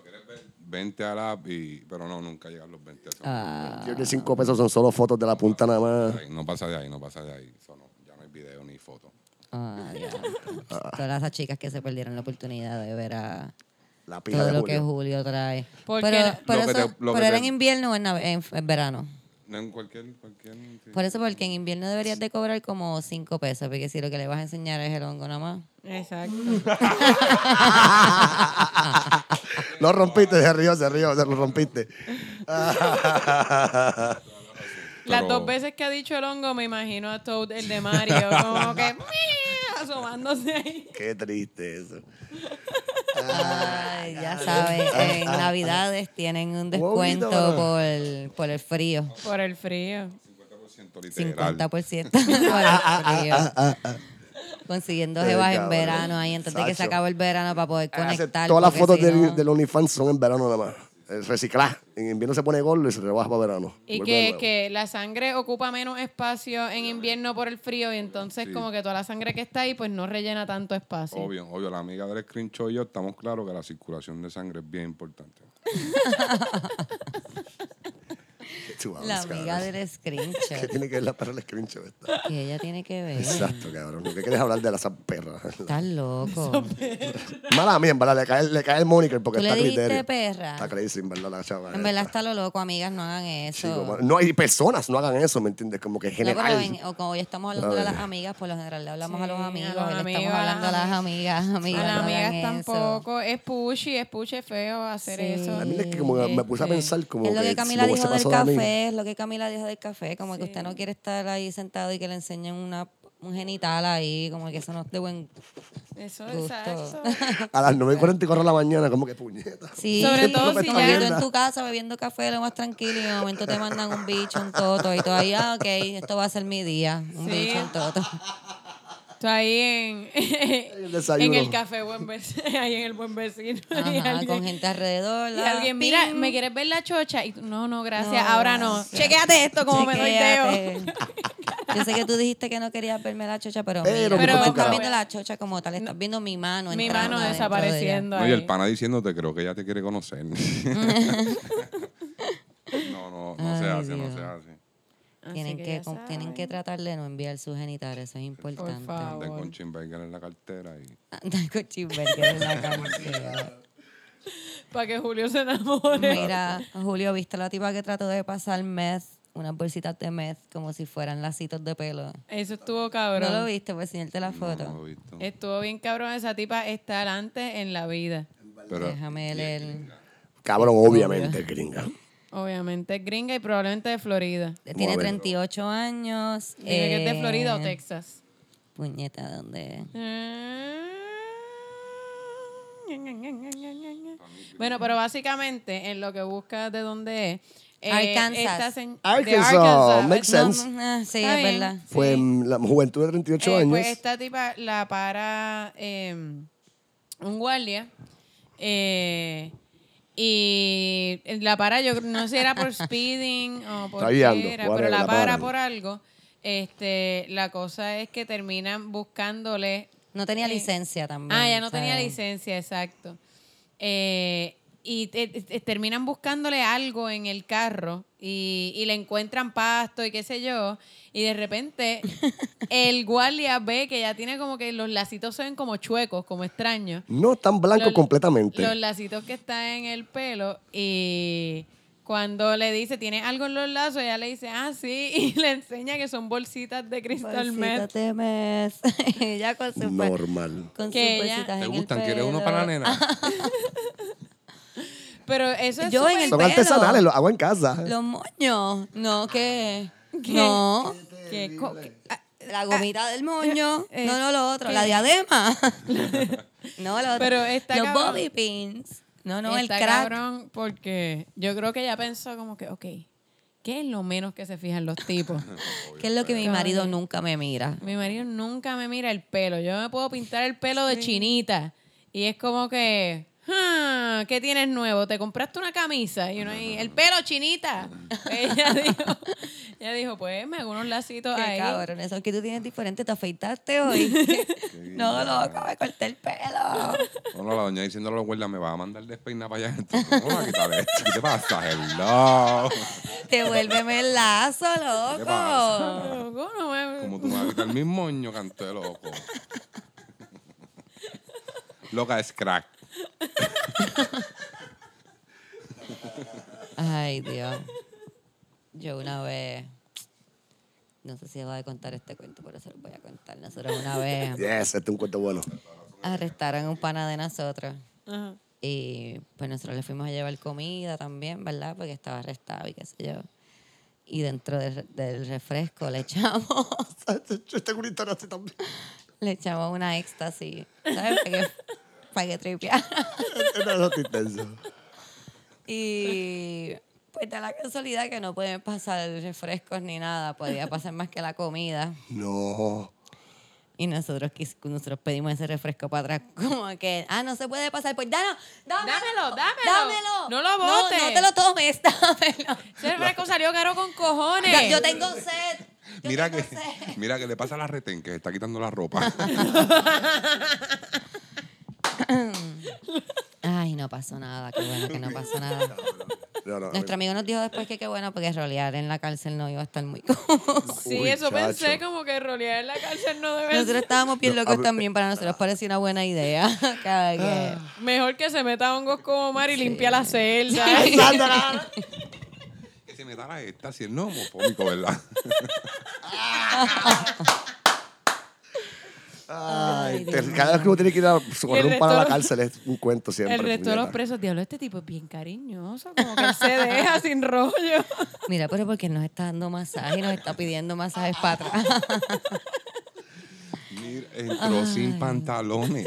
D: Vente a la y, pero no, nunca llegan los 20. Eso no.
A: Ah,
B: yo que cinco pesos son solo fotos de la punta nada más.
D: Ahí, no pasa de ahí, no pasa de ahí. Eso no, ya no hay video ni foto.
A: ah, ya. Todas esas chicas que se perdieron la oportunidad de ver a
B: La pija
A: todo
B: de
A: lo que
B: Julio.
A: Julio trae.
C: ¿Por
A: pero
C: qué no?
A: pero
D: Lo que
A: eso-
D: te- lo
A: pero
D: que
A: era
D: te-
A: en invierno o en, nav- en- en verano.
D: No en cualquier, cualquier. sí.
A: Por eso, porque en invierno deberías de cobrar como cinco pesos, porque si lo que le vas a enseñar es el hongo nada más.
C: Exacto.
B: lo rompiste, se rió, se rió, se lo rompiste.
C: Las
D: Pero-
C: dos veces que ha dicho el hongo, me imagino a Toad, el de Mario, como que "Mii", asomándose ahí.
B: Qué triste eso.
C: Ah,
A: Ay, ya sabes, en Navidades tienen un
B: Huevito,
A: descuento
B: mano.
A: por, por el frío.
C: Por el frío.
D: 50% literal.
A: 50% por el frío. Consiguiendo
B: Ay,
A: jevas en
B: cabrón.
A: verano ahí antes de que se
B: Sacho.
A: acabe el verano para poder
B: Hace-
A: conectar.
B: Todas las
A: porque
B: fotos
A: si
B: del,
A: no-
B: del OnlyFans son en verano nada más. Eh, Reciclar. En invierno se pone gordo y se rebaja para verano.
C: Y
B: Vuelve de
C: que,
B: nuevo.
C: que la sangre ocupa menos espacio en invierno por el frío y entonces como que toda la sangre que está ahí pues no rellena tanto espacio.
D: Obvio, obvio. La amiga del screenshot y yo estamos claros que la circulación de sangre es bien importante.
B: Two hours,
A: La
B: cabrón.
A: amiga del
B: ¿Qué
A: screenshot.
B: tiene que ver la perra del screenshot esta?
A: que ella tiene que ver.
B: Exacto, cabrón. ¿Por qué quieres hablar de la esa perra?
A: Estás loco.
B: Mala mía, en verdad, le cae, le cae el moniker porque
A: Tú le
B: está a
A: dijiste
B: criterio.
A: perra.
B: Está crazy, en verdad, la chava.
A: En verdad está lo loco, amigas, no hagan eso.
B: Chico, mano. no hay personas, no hagan eso, ¿me entiendes? Como que en
A: No, pero
B: general.
A: en- o como hoy estamos hablando de las amigas, por lo general le hablamos a los
C: Sí,
A: amigos,
C: a los
A: hoy le
C: amigos,
A: estamos
C: a las
A: hablando a las amigas, amigas.
C: A las
A: no hagan
C: amigas
A: eso.
C: tampoco. Es pushy, es pushy feo hacer
A: Sí.
C: eso.
B: a mí es que como que me puse a
C: Este,
B: pensar como
A: es lo que,
B: que
A: Camila
B: como
A: dijo
B: se
A: del
B: pasó de mí.
A: café, es lo que Camila dijo del café, como que usted no quiere estar ahí sentado y que le enseñen una, un genital ahí, como que eso no es de buen...
C: Eso,
A: Gusto.
C: exacto.
B: A las 9.44 de la mañana, como que puñeta.
A: Sí,
C: Sobre todo
A: como
C: si
A: que
C: ya-
A: tú en tu casa bebiendo café lo más tranquilo y de momento te mandan un bicho, un toto y tú ahí, ah, ok, esto va a ser mi día, un
C: Sí.
A: bicho, un toto.
C: Tú ahí en,
B: el desayuno.
C: en el café buen vecino, ahí en el buen vecino. y
A: Ajá,
C: alguien-
A: con gente alrededor.
C: Y
A: la-
C: alguien, mira,
A: ping.
C: ¿me quieres ver la chocha? Y tú, no, no, gracias,
A: No,
C: ahora no.
A: gracias.
C: Chequéate esto como me doy
A: Chequéate. Yo sé que tú dijiste que no querías verme la chocha, pero,
B: Pero
A: mira,
B: me
A: no
C: toca.
A: estás viendo la chocha como tal, estás viendo mi mano.
C: Mi
A: entrando
C: mano
A: adentro de ella.
C: desapareciendo
D: No,
C: ahí.
D: y el pana diciéndote, creo que ella te quiere conocer. no, no, no se
A: Ay,
D: hace, no
A: Dios.
D: se hace.
C: Así
A: Tienen que,
C: ya
A: con-
C: saben.
A: tienen que tratar de no enviar sus genitales, eso es importante.
C: favor.
D: Andar con
C: Bueno.
D: Chimberger en la cartera y...
A: Andar con Chimberger en la cartera.
C: Para que Julio se enamore.
A: Mira, Julio, ¿viste la tipa que trató de pasar meth? Unas bolsitas de meth como si fueran lacitos de pelo.
C: Eso estuvo
A: ¿No
C: cabrón.
A: lo viste? Pues enseñarte la
D: No, no
A: foto.
D: lo he visto.
C: Estuvo bien cabrón. Esa tipa está adelante en la vida.
D: Pero
A: Déjame leer.
B: Cabrón, obviamente, gringa.
C: Obviamente es gringa y probablemente de Florida.
A: Tiene
B: Móvelo.
A: 38 años.
C: Dime que es de
A: eh,
C: Florida o Texas.
A: Puñeta, ¿dónde?
B: Mm.
C: Bueno, pero básicamente en lo que buscas de dónde es. eh,
A: Arkansas.
C: esta señ- de
B: Arkansas, makes
C: No,
B: sense.
A: No, ah, sí,
C: Está
A: es
C: bien.
A: verdad.
B: Pues la juventud de 38
C: Eh,
B: años.
C: Pues esta tipa la para eh, un guardia. eh, y la para, yo no sé si era por speeding o por
B: Está
C: qué
B: guiando,
C: era,
B: guardia,
C: pero la
B: la
C: para
B: paran.
C: por algo. Este, la cosa es que terminan buscándole
A: No tenía
C: Eh,
A: licencia también.
C: Ah, ya no tenía
A: ¿sabes?
C: licencia, exacto. Eh, y te- te- te terminan buscándole algo en el carro y, y le encuentran pasto y qué sé yo. Y de repente el guardia ve que ya tiene como que los lacitos se ven como chuecos, como extraños.
B: No están blancos
C: Los-
B: completamente.
C: Los lacitos que están en el pelo y cuando le dice, ¿tienes algo en los lazos? Ella le dice, ah, sí, y le enseña que son bolsitas de cristal meth.
A: Bolsita de mes. Ella con
C: pues.
A: su
B: Normal.
A: con
C: Que
A: sus
C: ella-
A: bolsitas en
D: ¿Te
A: el
D: gustan? ¿Quieres uno
A: pelo.
D: para la nena?
C: Pero eso es
A: Yo en
C: súper-
A: el
B: Son
A: pelo.
B: artesanales, lo hago en casa.
A: Los moños. No, que. No.
C: que co- que- ah,
A: La gomita del moño.
C: eh,
A: no, no, lo otro.
C: ¿qué?
A: La diadema. no, lo otro.
C: Pero está
A: Los
C: cabrón.
A: bobby pins. No, no,
C: está
A: el crack.
C: cabrón porque yo creo que ella pensó como que, ok, ¿qué es lo menos que se fijan los tipos?
A: Que es lo que mi
C: Cabrón.
A: marido nunca me mira.
C: Mi marido nunca me mira el pelo. Yo me puedo pintar el pelo de chinita. Y es como que, "Ah, ¿qué tienes nuevo? ¿Te compraste una camisa? Y uno ahí, el pelo chinita. ella, dijo, ella dijo, pues me hago unos lacitos
A: Qué
C: ahí.
A: cabrón, eso que tú tienes diferente, te afeitaste hoy. no, loco, me corté el pelo.
D: Bueno, la doña diciéndole a los guardias, me va a mandar despeinar para allá. Entonces, ¿Cómo va a quitar esto? ¿Qué te pasa? Hello.
A: Devuélveme el lazo,
D: ¿Qué
A: loco.
D: pasa?
C: Loco, no me-
D: Como tú me vas a quitar mi moño, canto de loco. Loca es crack.
A: Ay, Dios. Yo una vez. No sé si voy a contar este cuento, pero se lo voy a contar. Nosotros una vez
B: Yes, este es un cuento bueno.
A: arrestaron a un pana de nosotros.
C: Ajá.
A: Y pues nosotros le fuimos a llevar comida también, ¿verdad? Porque estaba arrestado y qué sé yo. Y dentro del- del refresco le echamos
B: Yo tengo una historia así también.
A: Le echamos una éxtasis, ¿sabes? Para que, para que tripeara.
B: Era Este lo intenso.
A: Y pues da la casualidad que no pueden pasar refrescos ni nada, podía pasar más que la comida.
B: No.
A: Y nosotros, quis- nosotros pedimos ese refresco para atrás, como que, ah, no se puede pasar, pues dalo, dámelo,
C: Dámelo, dámelo.
A: dámelo.
C: No lo botes.
A: No, no te lo tomes, dámelo.
C: Ese refresco salió caro con cojones.
A: Yo, yo tengo sed. yo
D: Mira
A: tengo
D: que,
A: sed.
D: mira que le pasa a la retén que se está quitando la ropa.
A: Ay, no pasó nada, qué bueno que no pasó nada.
B: No, no,
A: Nuestro amigo nos dijo después que qué bueno, porque rolear en la cárcel no iba a estar muy cómodo.
C: Sí,
B: Uy,
C: eso
B: chacho.
C: pensé como que rolear en la cárcel no debe
A: Nosotros
C: ser.
A: estábamos bien
B: No,
A: locos
B: habl-
A: también, para nosotros parecía una buena idea. Cada que-
C: Ah. Mejor que se meta hongos como Omar y limpia la celda.
B: Sandra.
D: que se me da la esta, si es no homofóbico, ¿verdad?
B: Ay, te- cada vez que uno tiene que ir a socorrer
C: El
B: un palo a la
C: resto-
B: cárcel es un cuento siempre.
C: El resto de los
B: puñeta.
C: presos, diablo, este tipo es bien cariñoso, como que él se deja sin rollo.
A: Mira, pero porque nos está dando masaje y nos está pidiendo masajes para atrás.
D: Mira, entró sin pantalones.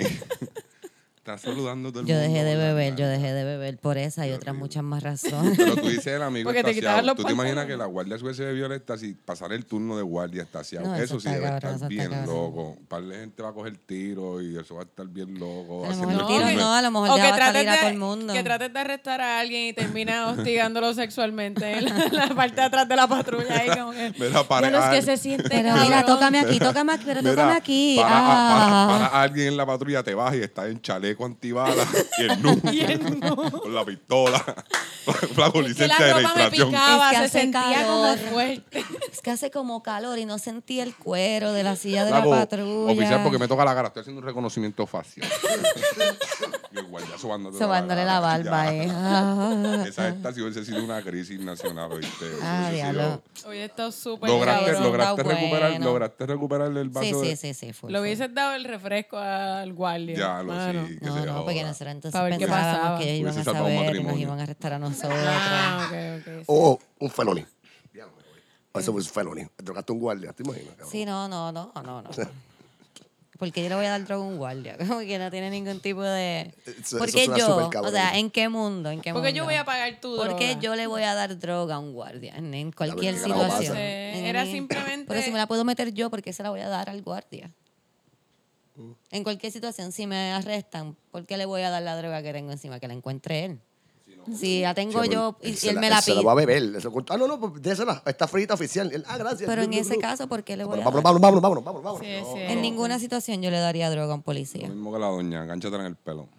D: está saludando a todo el
A: Yo
D: mundo
A: dejé de
D: con la
A: beber,
D: mano.
A: yo dejé de beber por esa y otras muchas más razones.
D: Pero tú dices el amigo
C: Porque te
D: estaciado.
C: quitaban los
D: ¿Tú te imaginas
C: pantalones.
D: que la guardia se bebió el estaci- pasar el turno de guardia estaciado?
A: No, eso
D: eso, sí
A: está
D: debe
A: cabrón, eso
D: estar
A: está
D: bien
A: cabrón.
D: loco. Un par de gente va a coger tiro y eso va a estar bien loco.
A: A lo
D: haciendo
A: mejor
D: el
A: tiro
D: turno.
A: no, a lo mejor ya va a
C: trates
A: salir a
C: de-
A: todo el mundo.
C: Que trates de arrestar a alguien y termina hostigándolo sexualmente en la, la parte de atrás de la patrulla. Ahí como que,
D: Mira, para-
C: "Diablo, es que se siente
A: Pero
C: cabrón".
A: mira, tócame aquí, tócame aquí, pero
D: Mira,
A: tócame aquí.
D: Para,
A: Ah.
D: para- para alguien en la patrulla te baja y está en chaleco antibalas y el nu,
C: Y el
D: con la pistola, flaco
C: Que la
D: licencia de
C: ropa me
D: registración.
C: picaba,
A: Es que
C: se
A: hace
C: sentía como
A: calor.
C: fuerte.
A: Es que hace como calor y no sentí el cuero de la silla de la
D: Flaco,
A: patrulla.
D: Oficial, porque me toca la cara, estoy haciendo un reconocimiento facial. y el guardia sobándote
A: Sobándole la
D: cara,
A: barba,
D: ya.
A: eh. Ah.
D: Esa esta si hubiese sido una crisis nacional, ¿viste?
A: Ah,
D: Hubiese sido-
A: diablo.
C: Hoy está súper
D: Lograste,
A: Pues cabrón,
C: cabrón.
D: lograste,
A: está
D: recuperar,
A: bueno.
D: lograste recuperar el vaso.
A: Sí,
D: de-
A: sí, sí, sí. full,
C: Lo
A: full.
C: hubieses dado el refresco al guardia.
D: Ya, lo
C: mano.
D: sí, que
A: No,
D: se
A: no, porque
D: joda.
A: nosotros entonces
C: Para ver qué pasaba.
A: pensábamos que ellos iban
D: Hubiese
A: a
D: salvado un
A: saber y nos
D: matrimonio.
A: iban a arrestar a nosotros.
C: Ah, ok, ok. sí.
B: O un felony. Eso fue un felony. Te Drogaste un guardia, ¿te imaginas? cabrón?
A: Sí, no, no, no, no, no. Porque yo le voy a dar droga a un guardia, como que no tiene ningún tipo de...
B: Eso- eso
A: Porque
B: suena
A: yo,
B: súper
A: o
B: cabrón.
A: sea, ¿en qué mundo? ¿En qué
C: Porque yo
A: mundo?
C: voy a pagar tu droga.
A: Porque yo le voy a dar droga a un guardia en, en cualquier
B: qué carajo
A: situación.
B: pasa.
C: Eh, era
A: Ni-
C: simplemente-
A: Pero si me la puedo meter yo, ¿por qué se la voy a dar al guardia?
B: Mm.
A: En cualquier situación, si me arrestan, ¿por qué le voy a dar la droga que tengo encima? Que la encuentre él. Si la tengo
B: Sí,
A: yo
B: pero
A: y,
B: se
A: y él me la
B: se
A: pide.
B: va a beber. Eso, con- ah, no, no, pues désela. Está frita oficial. Él, ah, gracias.
A: Pero en
B: Blu, blu,
A: ese
B: blu.
A: caso, pues, ah. ¿por qué le voy a
B: Vámonos,
A: dar?
B: vámonos, vámonos, vámonos, vámonos, vámonos.
C: Sí, sí.
A: En ninguna situación yo le daría droga a un
D: Lo
A: policía.
D: mismo que la doña, gánchate en el pelo.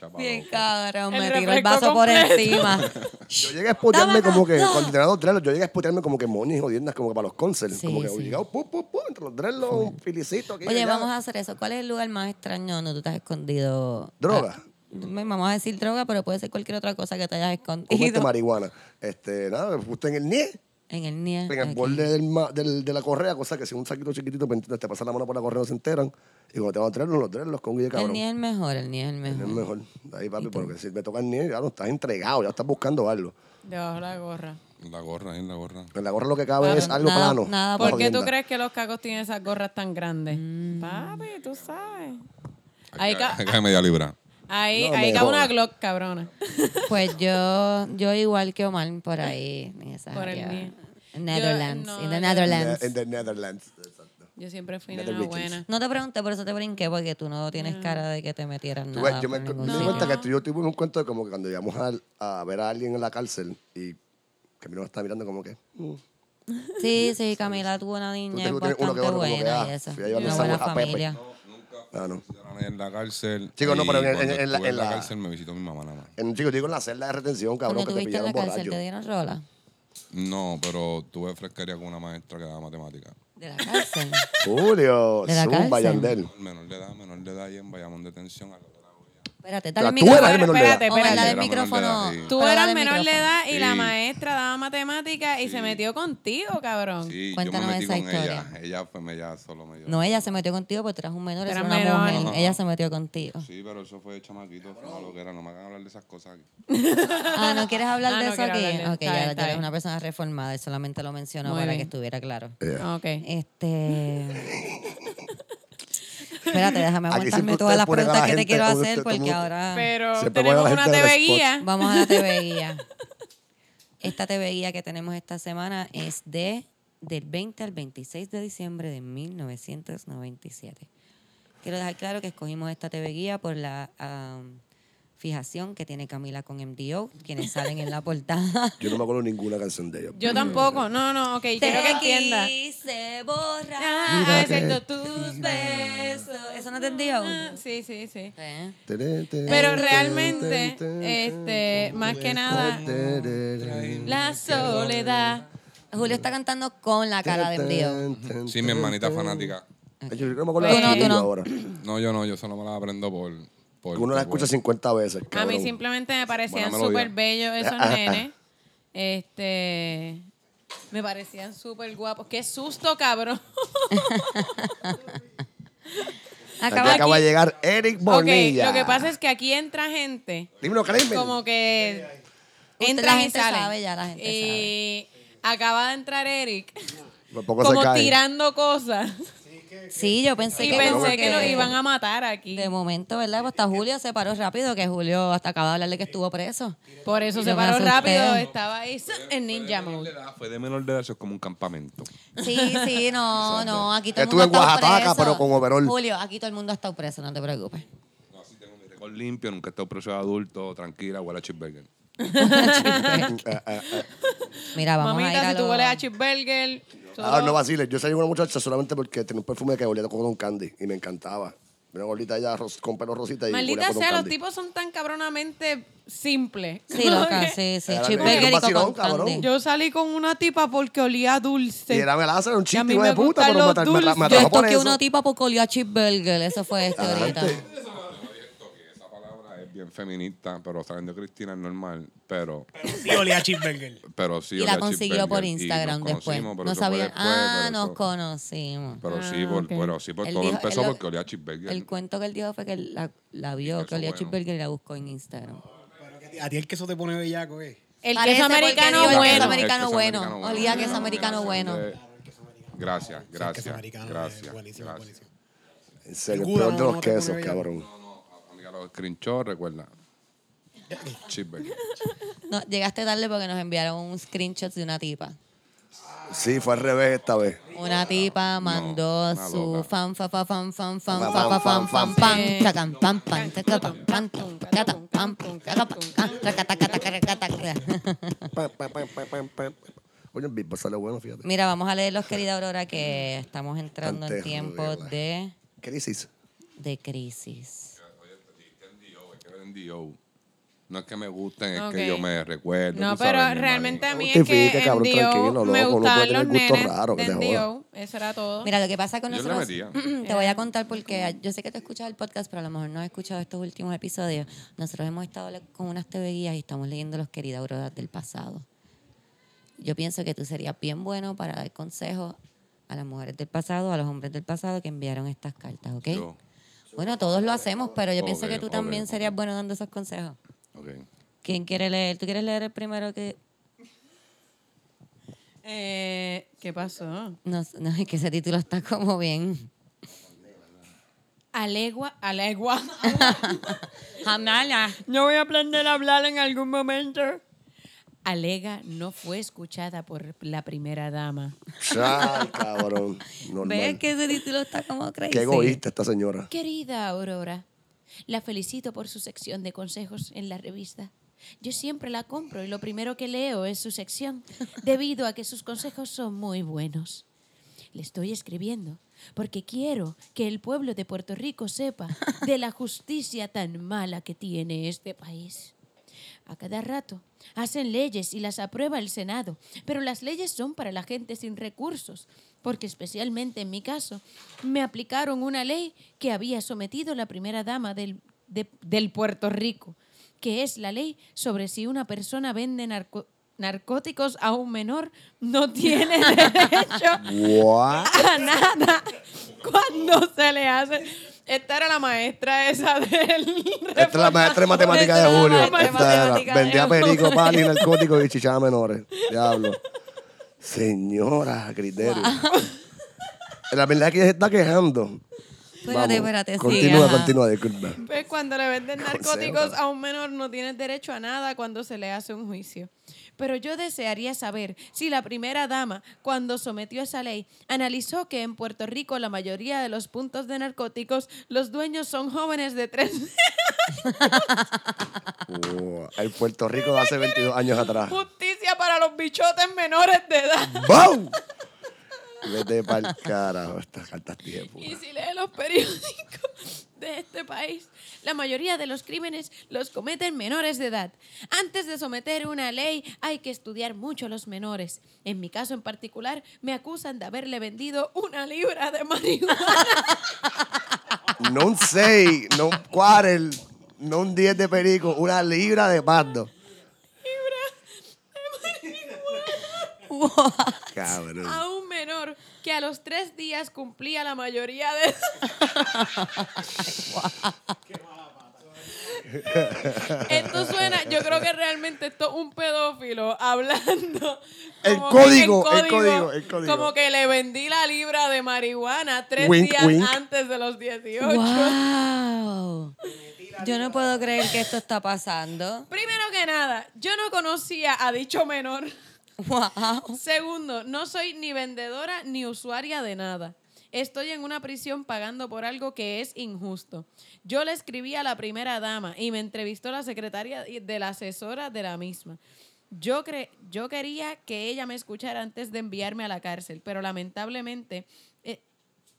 D: Chapa
A: Bien,
D: loca.
A: cabrón, me
C: El
A: tiró el
C: refresco
A: vaso por
C: completo.
A: encima.
B: Yo llegué a espotearme
A: Dame
B: como que,
A: más,
B: con
A: no.
B: entrenador dreadlocks, yo llegué a espotearme como que moñas y jodiendas como que para los concerts.
A: Sí,
B: como que
A: sí.
B: obligado, pum, pum, pum, entre los dreadlocks, un filicito. aquí y
A: Oye,
B: allá.
A: vamos a hacer eso. ¿Cuál es el lugar más extraño donde tú te has escondido?
B: Droga.
A: Ah, me- vamos a decir droga, pero puede ser cualquier otra cosa que te hayas
B: Como este
A: escondido.
B: marihuana. Este, nada, me puse en el nie,
A: En el NIE.
B: en el
A: aquí.
B: borde del, ma- del- de la correa, cosa que si un saquito chiquitito pues, te pasas la mano por la correa no se enteran. Y cuando te van a traer los dreadlocks con guille
A: El
B: cabrón.
A: NIE es el mejor, el NIE es el
B: Es
A: mejor.
B: mejor. Ahí, papi, porque si me toca el nie, ya no estás entregado, ya estás buscando algo.
C: Debajo de la gorra.
D: La gorra, ahí la gorra.
B: En la gorra lo que cabe
A: Claro,
B: es algo
A: nada-
B: plano.
A: nada Ah,
B: la
A: pues,
C: ¿Por qué tú
B: jodienda.
C: crees que los cacos tienen esas gorras tan grandes? Papi, tú sabes. Ahí, ca-
D: Acá media libra.
C: ahí,
B: No
C: ahí
B: me
C: cabe una
B: jodas.
C: Glock, cabrona.
A: Pues yo, yo igual que Omar por ahí, en esa
C: Por el
A: área.
C: NIE.
A: Netherlands,
C: Yo- no,
A: in the
C: yo-
A: Netherlands.
B: En the Netherlands. Exacto.
C: Yo siempre fui
B: No
C: una
B: te piches.
C: buena.
A: No te pregunté, por eso te brinqué, porque tú no tienes
C: Mm.
A: cara de que te metieran
B: Tú
A: nada.
B: ves, yo me,
A: por
B: me
A: ningún
B: di
A: sitio.
B: cuenta que yo tuve un cuento de como que cuando llegamos al- a ver a alguien en la cárcel y que mi hermano estaba mirando como que. mm,
A: Sí, sí, Camila tuvo una
B: tú
A: niña
B: tienes- tienes uno
A: bastante
B: que otro como que,
A: buena y
B: ah,
A: eso.
B: fui a llevarle
A: Una
B: sabor
A: buena
B: a Pepe.
A: familia.
B: Ah, no.
D: En la cárcel.
B: Chicos, no,
D: y
B: pero en- en-
D: cuando
B: en la-
D: estuve
B: en la-
D: cárcel me visitó mi mamá nada más.
B: En un chico, digo, en la celda de retención, cabrón,
A: Cuando
B: que te
A: tuviste en la
B: pillaron
A: cárcel,
B: borracho.
A: ¿te dieron rola?
D: No, pero tuve fresquería con una maestra que daba matemática.
A: De la cárcel.
B: Julio,
A: De la
B: Zumba,
A: cárcel.
B: Yandel.
D: Menor de edad, menor de edad y en Bayamón detención a la hora de la
A: Espérate, dale el
B: Tú eras
A: micrófono.
B: el menor de edad.
C: Espérate,
A: Omar,
C: espérate.
A: dale el
D: Era menor de
A: micrófono.
D: edad,
C: Tú
D: sí.
A: Pero dale
C: eras
A: el
C: menor de
A: micrófono.
C: edad y la
D: Sí.
C: maestra daba matemáticas y se metió contigo, cabrón.
D: Sí,
A: Cuéntanos
D: yo me metí
A: esa
D: con
A: historia.
D: ella. Ella fue, ella solo me dio.
A: No, ella se metió contigo porque tú eras un menor,
C: Tú
A: eres
C: eras
A: una
C: menor.
A: mujer. Ella se metió contigo.
D: Sí, pero eso fue de chamaquito, fue una loquera. No me hagan hablar de esas cosas aquí.
A: Ah, ¿no quieres hablar
C: Ah,
A: de
C: no
A: eso
C: quiero
A: aquí?
C: hablar de-
A: ok,
C: está bien,
A: ya,
C: está
A: ya eres
C: bien.
A: una persona reformada y solamente lo menciono
C: Muy
A: para que
C: bien. Eh.
A: estuviera claro.
C: Ok.
A: Este. Espérate, déjame
B: Aquí siempre
A: aguantarme todas las
B: ustedes ponen a
A: preguntas que
B: la
A: te
B: gente,
A: quiero
B: todo
A: hacer
B: esto, todo
A: porque
B: mundo-
A: ahora.
C: Pero
B: Siempre voy a la
C: tenemos una
B: gente del
C: TV
B: spot.
C: guía.
A: Vamos a la TV guía. Esta TV guía que tenemos esta semana es de del 20 al 26 de diciembre de 1997. Quiero dejar claro que escogimos esta TV guía por la am, fijación que tiene Camila con MDO, quienes salen en la portada.
B: Yo no me acuerdo ninguna canción de ellos.
C: Yo tampoco. No, no, ok. Quiero que entienda.
A: quise borrar
C: Ah,
B: Mira
C: excepto
B: que-
C: tus
A: besos. ¿Eso no te entendió?
C: Ah, Sí, sí, sí.
A: ¿Eh?
C: Pero realmente, este, más que nada, la soledad.
A: Julio está cantando con la cara de MDO.
B: envío.
D: Sí, mi hermanita fanática.
B: Yo no me acuerdo
C: Tú
B: de
C: no,
B: la
C: tú
A: no.
B: ahora.
D: No, yo no, yo solo me la aprendo por. por
B: Uno la
D: por-
B: escucha 50 veces.
C: A mí
B: cabrón.
C: simplemente me parecían
D: Buena melodía.
C: súper bellos esos nenes. Este. Me parecían súper guapos. Qué susto, cabrón.
B: Aquí
A: Acaba
B: acaba
A: aquí.
B: de llegar Eric
C: Ok,
B: Bonilla.
C: lo que pasa es que aquí entra gente.
B: Dímelo, Carmen.
C: Como que.
A: Usted-
C: Entran
A: la
C: y
A: gente
C: salen.
A: sabe ya, la gente
C: y acaba de entrar Eric.
B: Por poco se
C: Como
B: cae.
C: tirando cosas.
A: Sí, yo pensé
C: Y
A: que como
C: pensé que nos iban a matar aquí.
A: De momento, ¿verdad? Pues Hasta Julio se paró rápido, que Julio hasta acaba de hablarle que estuvo preso.
C: Por eso
A: Yo
C: se
A: me
C: paró
A: asusté.
C: rápido. Estaba ahí en ninja
D: Fue de menor
C: mode.
D: de edad, Fue de menor de edad, eso es como un campamento.
A: Sí, sí, no, no, aquí todo el
B: Estuve
A: mundo
B: en
A: ha estado
B: Oaxaca,
A: preso.
B: pero con overol.
A: Julio, aquí todo el mundo ha estado preso, no te preocupes.
D: No, así tengo mi récord limpio, nunca he estado preso de adulto, tranquila, huele a cheeseburger.
A: Mira, vamos a ir
C: Mamita,
A: a
C: si tú
A: lo-
C: hueles a Chipberger.
B: Ahora Ah, no vaciles. Yo salí con una muchacha solamente porque tenía un perfume que olía a cotton candy y me encantaba. Una gordita allá ros- con pelo rosita y olía a
C: Maldita
B: cotton
C: sea, los
B: candy.
C: tipos son tan cabronamente simples.
A: Sí, loca, sí, sí.
B: Era
A: Chip
B: bien,
A: Baker y
B: vacilón,
A: Cocón
B: cabrón.
A: Candy.
C: Yo salí con una tipa porque olía a dulce.
B: Y era melaza, era un
C: Y a
B: chiste
C: mí
B: hijo
C: me
B: de puta,
C: gustan
B: pero me,
C: los
B: atra- me, atra- me
A: Yo
B: atrapó por
A: estoqué
B: eso.
A: una tipa por colía Chip Burger, eso fue este ahorita.
D: Esa palabra es bien feminista, pero saliendo Cristina es normal, pero...
E: Sí, olía a cheeseburger.
D: pero sí,
A: Y
D: olía
A: la
D: a
A: consiguió por
D: cheeseburger, y nos
A: Instagram después.
D: conocimos, pero
A: No
D: eso fue
A: sabían.
D: después,
A: Ah,
D: pero
A: nos
D: eso-
A: conocimos.
D: Pero sí,
C: Ah,
D: por,
C: ok.
D: pero sí, por
A: Él
D: Pues todo
A: dijo-
D: empezó
A: él lo-
D: porque olía a cheeseburger.
A: El cuento que él dijo fue que la, la vio,
D: queso
A: que olía a
D: bueno.
A: Chip Burger y la buscó en Instagram.
E: A ti el queso te pone bellaco, ¿eh?
C: El
A: Parece
C: queso
A: porque
C: americano
A: digo que es
C: bueno.
A: americano. bueno.
D: Este americano
A: Olía
D: bueno. Este
A: que es americano bueno.
D: De- Gracias,
E: el queso
D: gracias,
E: americano
D: gracias,
E: es buenísimo,
D: gracias.
E: buenísimo.
B: En serio, el
E: Seguro,
B: peor de
E: no,
B: los
E: no te
B: quesos,
E: pone
B: cabrón.
D: Amiga, los screenshots, recuerda. Cheeseburger.
A: No, llegaste tarde porque nos enviaron un screenshot de una tipa.
B: Sí, fue al revés esta vez.
A: Una tipa mandó
D: una
A: su
D: loca.
A: fan, fa, fa, fan, fan, fan,
B: Fan,
A: fa, fa, fan,
B: fan,
A: fan,
B: fan,
A: fan,
C: fan.
A: chacan, pan, pan, chaca, pan, pan, chaca, pan, chaca, pan, can, traca, taca, taca, taca, taca.
B: Pam, pam, pam, pam, pam, pam. Oye, el beat pues, sale bueno, fíjate.
A: Mira, vamos a leer los querida Aurora, que estamos entrando en
B: Antes,
A: tiempo
B: joderla.
A: de
B: ¿Qué dices?
A: de crisis.
D: en D.O. No es que me gusten, es
C: Ok.
D: que yo me recuerdo.
C: No,
D: tú sabes,
C: pero
D: mi
C: realmente a
D: hermanito.
C: mí es que
B: Justifique,
C: en
B: cabrón,
C: D.O.
B: tranquilo,
C: me
B: loco, no
C: gustaban
B: puede tener
C: los
B: gustos
C: nenes
B: raros, que
C: de
B: se joda.
C: D.O. Eso era todo.
A: Mira, lo que pasa con
D: Yo le
A: nosotros.
D: metía.
A: te voy a contar porque yo sé que tú escuchas el podcast, pero a lo mejor no has escuchado estos últimos episodios. Nosotros hemos estado le- con unas TV guías y estamos leyendo los queridas auroras del pasado. Yo pienso que tú serías bien bueno para dar consejos a las mujeres del pasado, a los hombres del pasado que enviaron estas cartas, ¿ok?
D: Yo.
A: Bueno, todos lo hacemos, pero yo
D: Ok,
A: pienso que tú
D: ok,
A: también
D: ok.
A: serías bueno dando esos consejos.
D: Ok.
A: ¿Quién quiere leer? ¿Tú quieres leer el primero que.?
C: Eh, ¿Qué pasó?
A: No, no, es que ese título está como bien.
C: Alegua, alegua.
A: Jamala.
C: No voy a aprender a hablar en algún momento. Alega no fue escuchada por la primera dama.
B: Chal, cabrón.
A: ¿Ves
B: Normal.
A: que ese título está como crazy?
B: Qué egoísta esta señora.
C: Querida Aurora, la felicito por su sección de consejos en la revista. Yo siempre la compro y lo primero que leo es su sección, debido a que sus consejos son muy buenos. Le estoy escribiendo porque quiero que el pueblo de Puerto Rico sepa de la justicia tan mala que tiene este país. A cada rato hacen leyes y las aprueba el Senado, pero las leyes son para la gente sin recursos, porque especialmente en mi caso me aplicaron una ley que había sometido la primera dama del, de- del Puerto Rico, que es la ley sobre si una persona vende narco- narcóticos a un menor, no tiene derecho
B: What?
C: a nada cuando se le hace. Esta era la maestra esa del.
B: Esta es la maestra de matemáticas de
C: Esta era la
B: Julio.
C: maestra de
B: Esta era.
C: matemáticas de
B: Vendía
C: Julio.
B: perico, pali, narcóticos y chichaba menores. Diablo. Señora, a criterio. La verdad es que ella se está quejando.
A: Espérate, espérate,
B: Continúa,
A: siga.
B: continúa, disculpa.
C: Pues cuando le venden
B: Consejo,
C: narcóticos
B: claro.
C: a un menor no tienes derecho a nada cuando se le hace un juicio. Pero yo desearía saber si la primera dama, cuando sometió esa ley, analizó que en Puerto Rico la mayoría de los puntos de narcóticos, los dueños son jóvenes de tres.
B: Wow. El Puerto Rico de hace 22 años atrás.
C: Justicia para los bichotes menores de edad.
B: ¡Bum! Vete para el carajo, estas cartas tiempo.
C: Y si lees los periódicos de este país, la mayoría de los crímenes los cometen menores de edad. Antes de someter una ley, hay que estudiar mucho a los menores. En mi caso en particular, me acusan de haberle vendido una libra de marihuana.
B: No un 6, no un cuarel, no un 10 de perico, una libra de pardo. Cabrón.
C: a un menor que a los tres días cumplía la mayoría de Esto suena, yo creo que realmente esto es un pedófilo hablando.
B: El
C: como que
B: código, el código, el código.
C: Como que le vendí la libra de marihuana tres
B: Wink,
C: días
B: wink.
C: antes de los 18.
A: ¡Wow! Yo no puedo creer que esto está pasando.
C: Primero que nada, yo no conocía a dicho menor.
A: ¡Wow!
C: Segundo, no soy ni vendedora ni usuaria de nada. Estoy en una prisión pagando por algo que es injusto. Yo le escribí a la primera dama y me entrevistó la secretaria y- de la asesora de la misma. Yo, cre- yo quería que ella me escuchara antes de enviarme a la cárcel, pero lamentablemente, eh,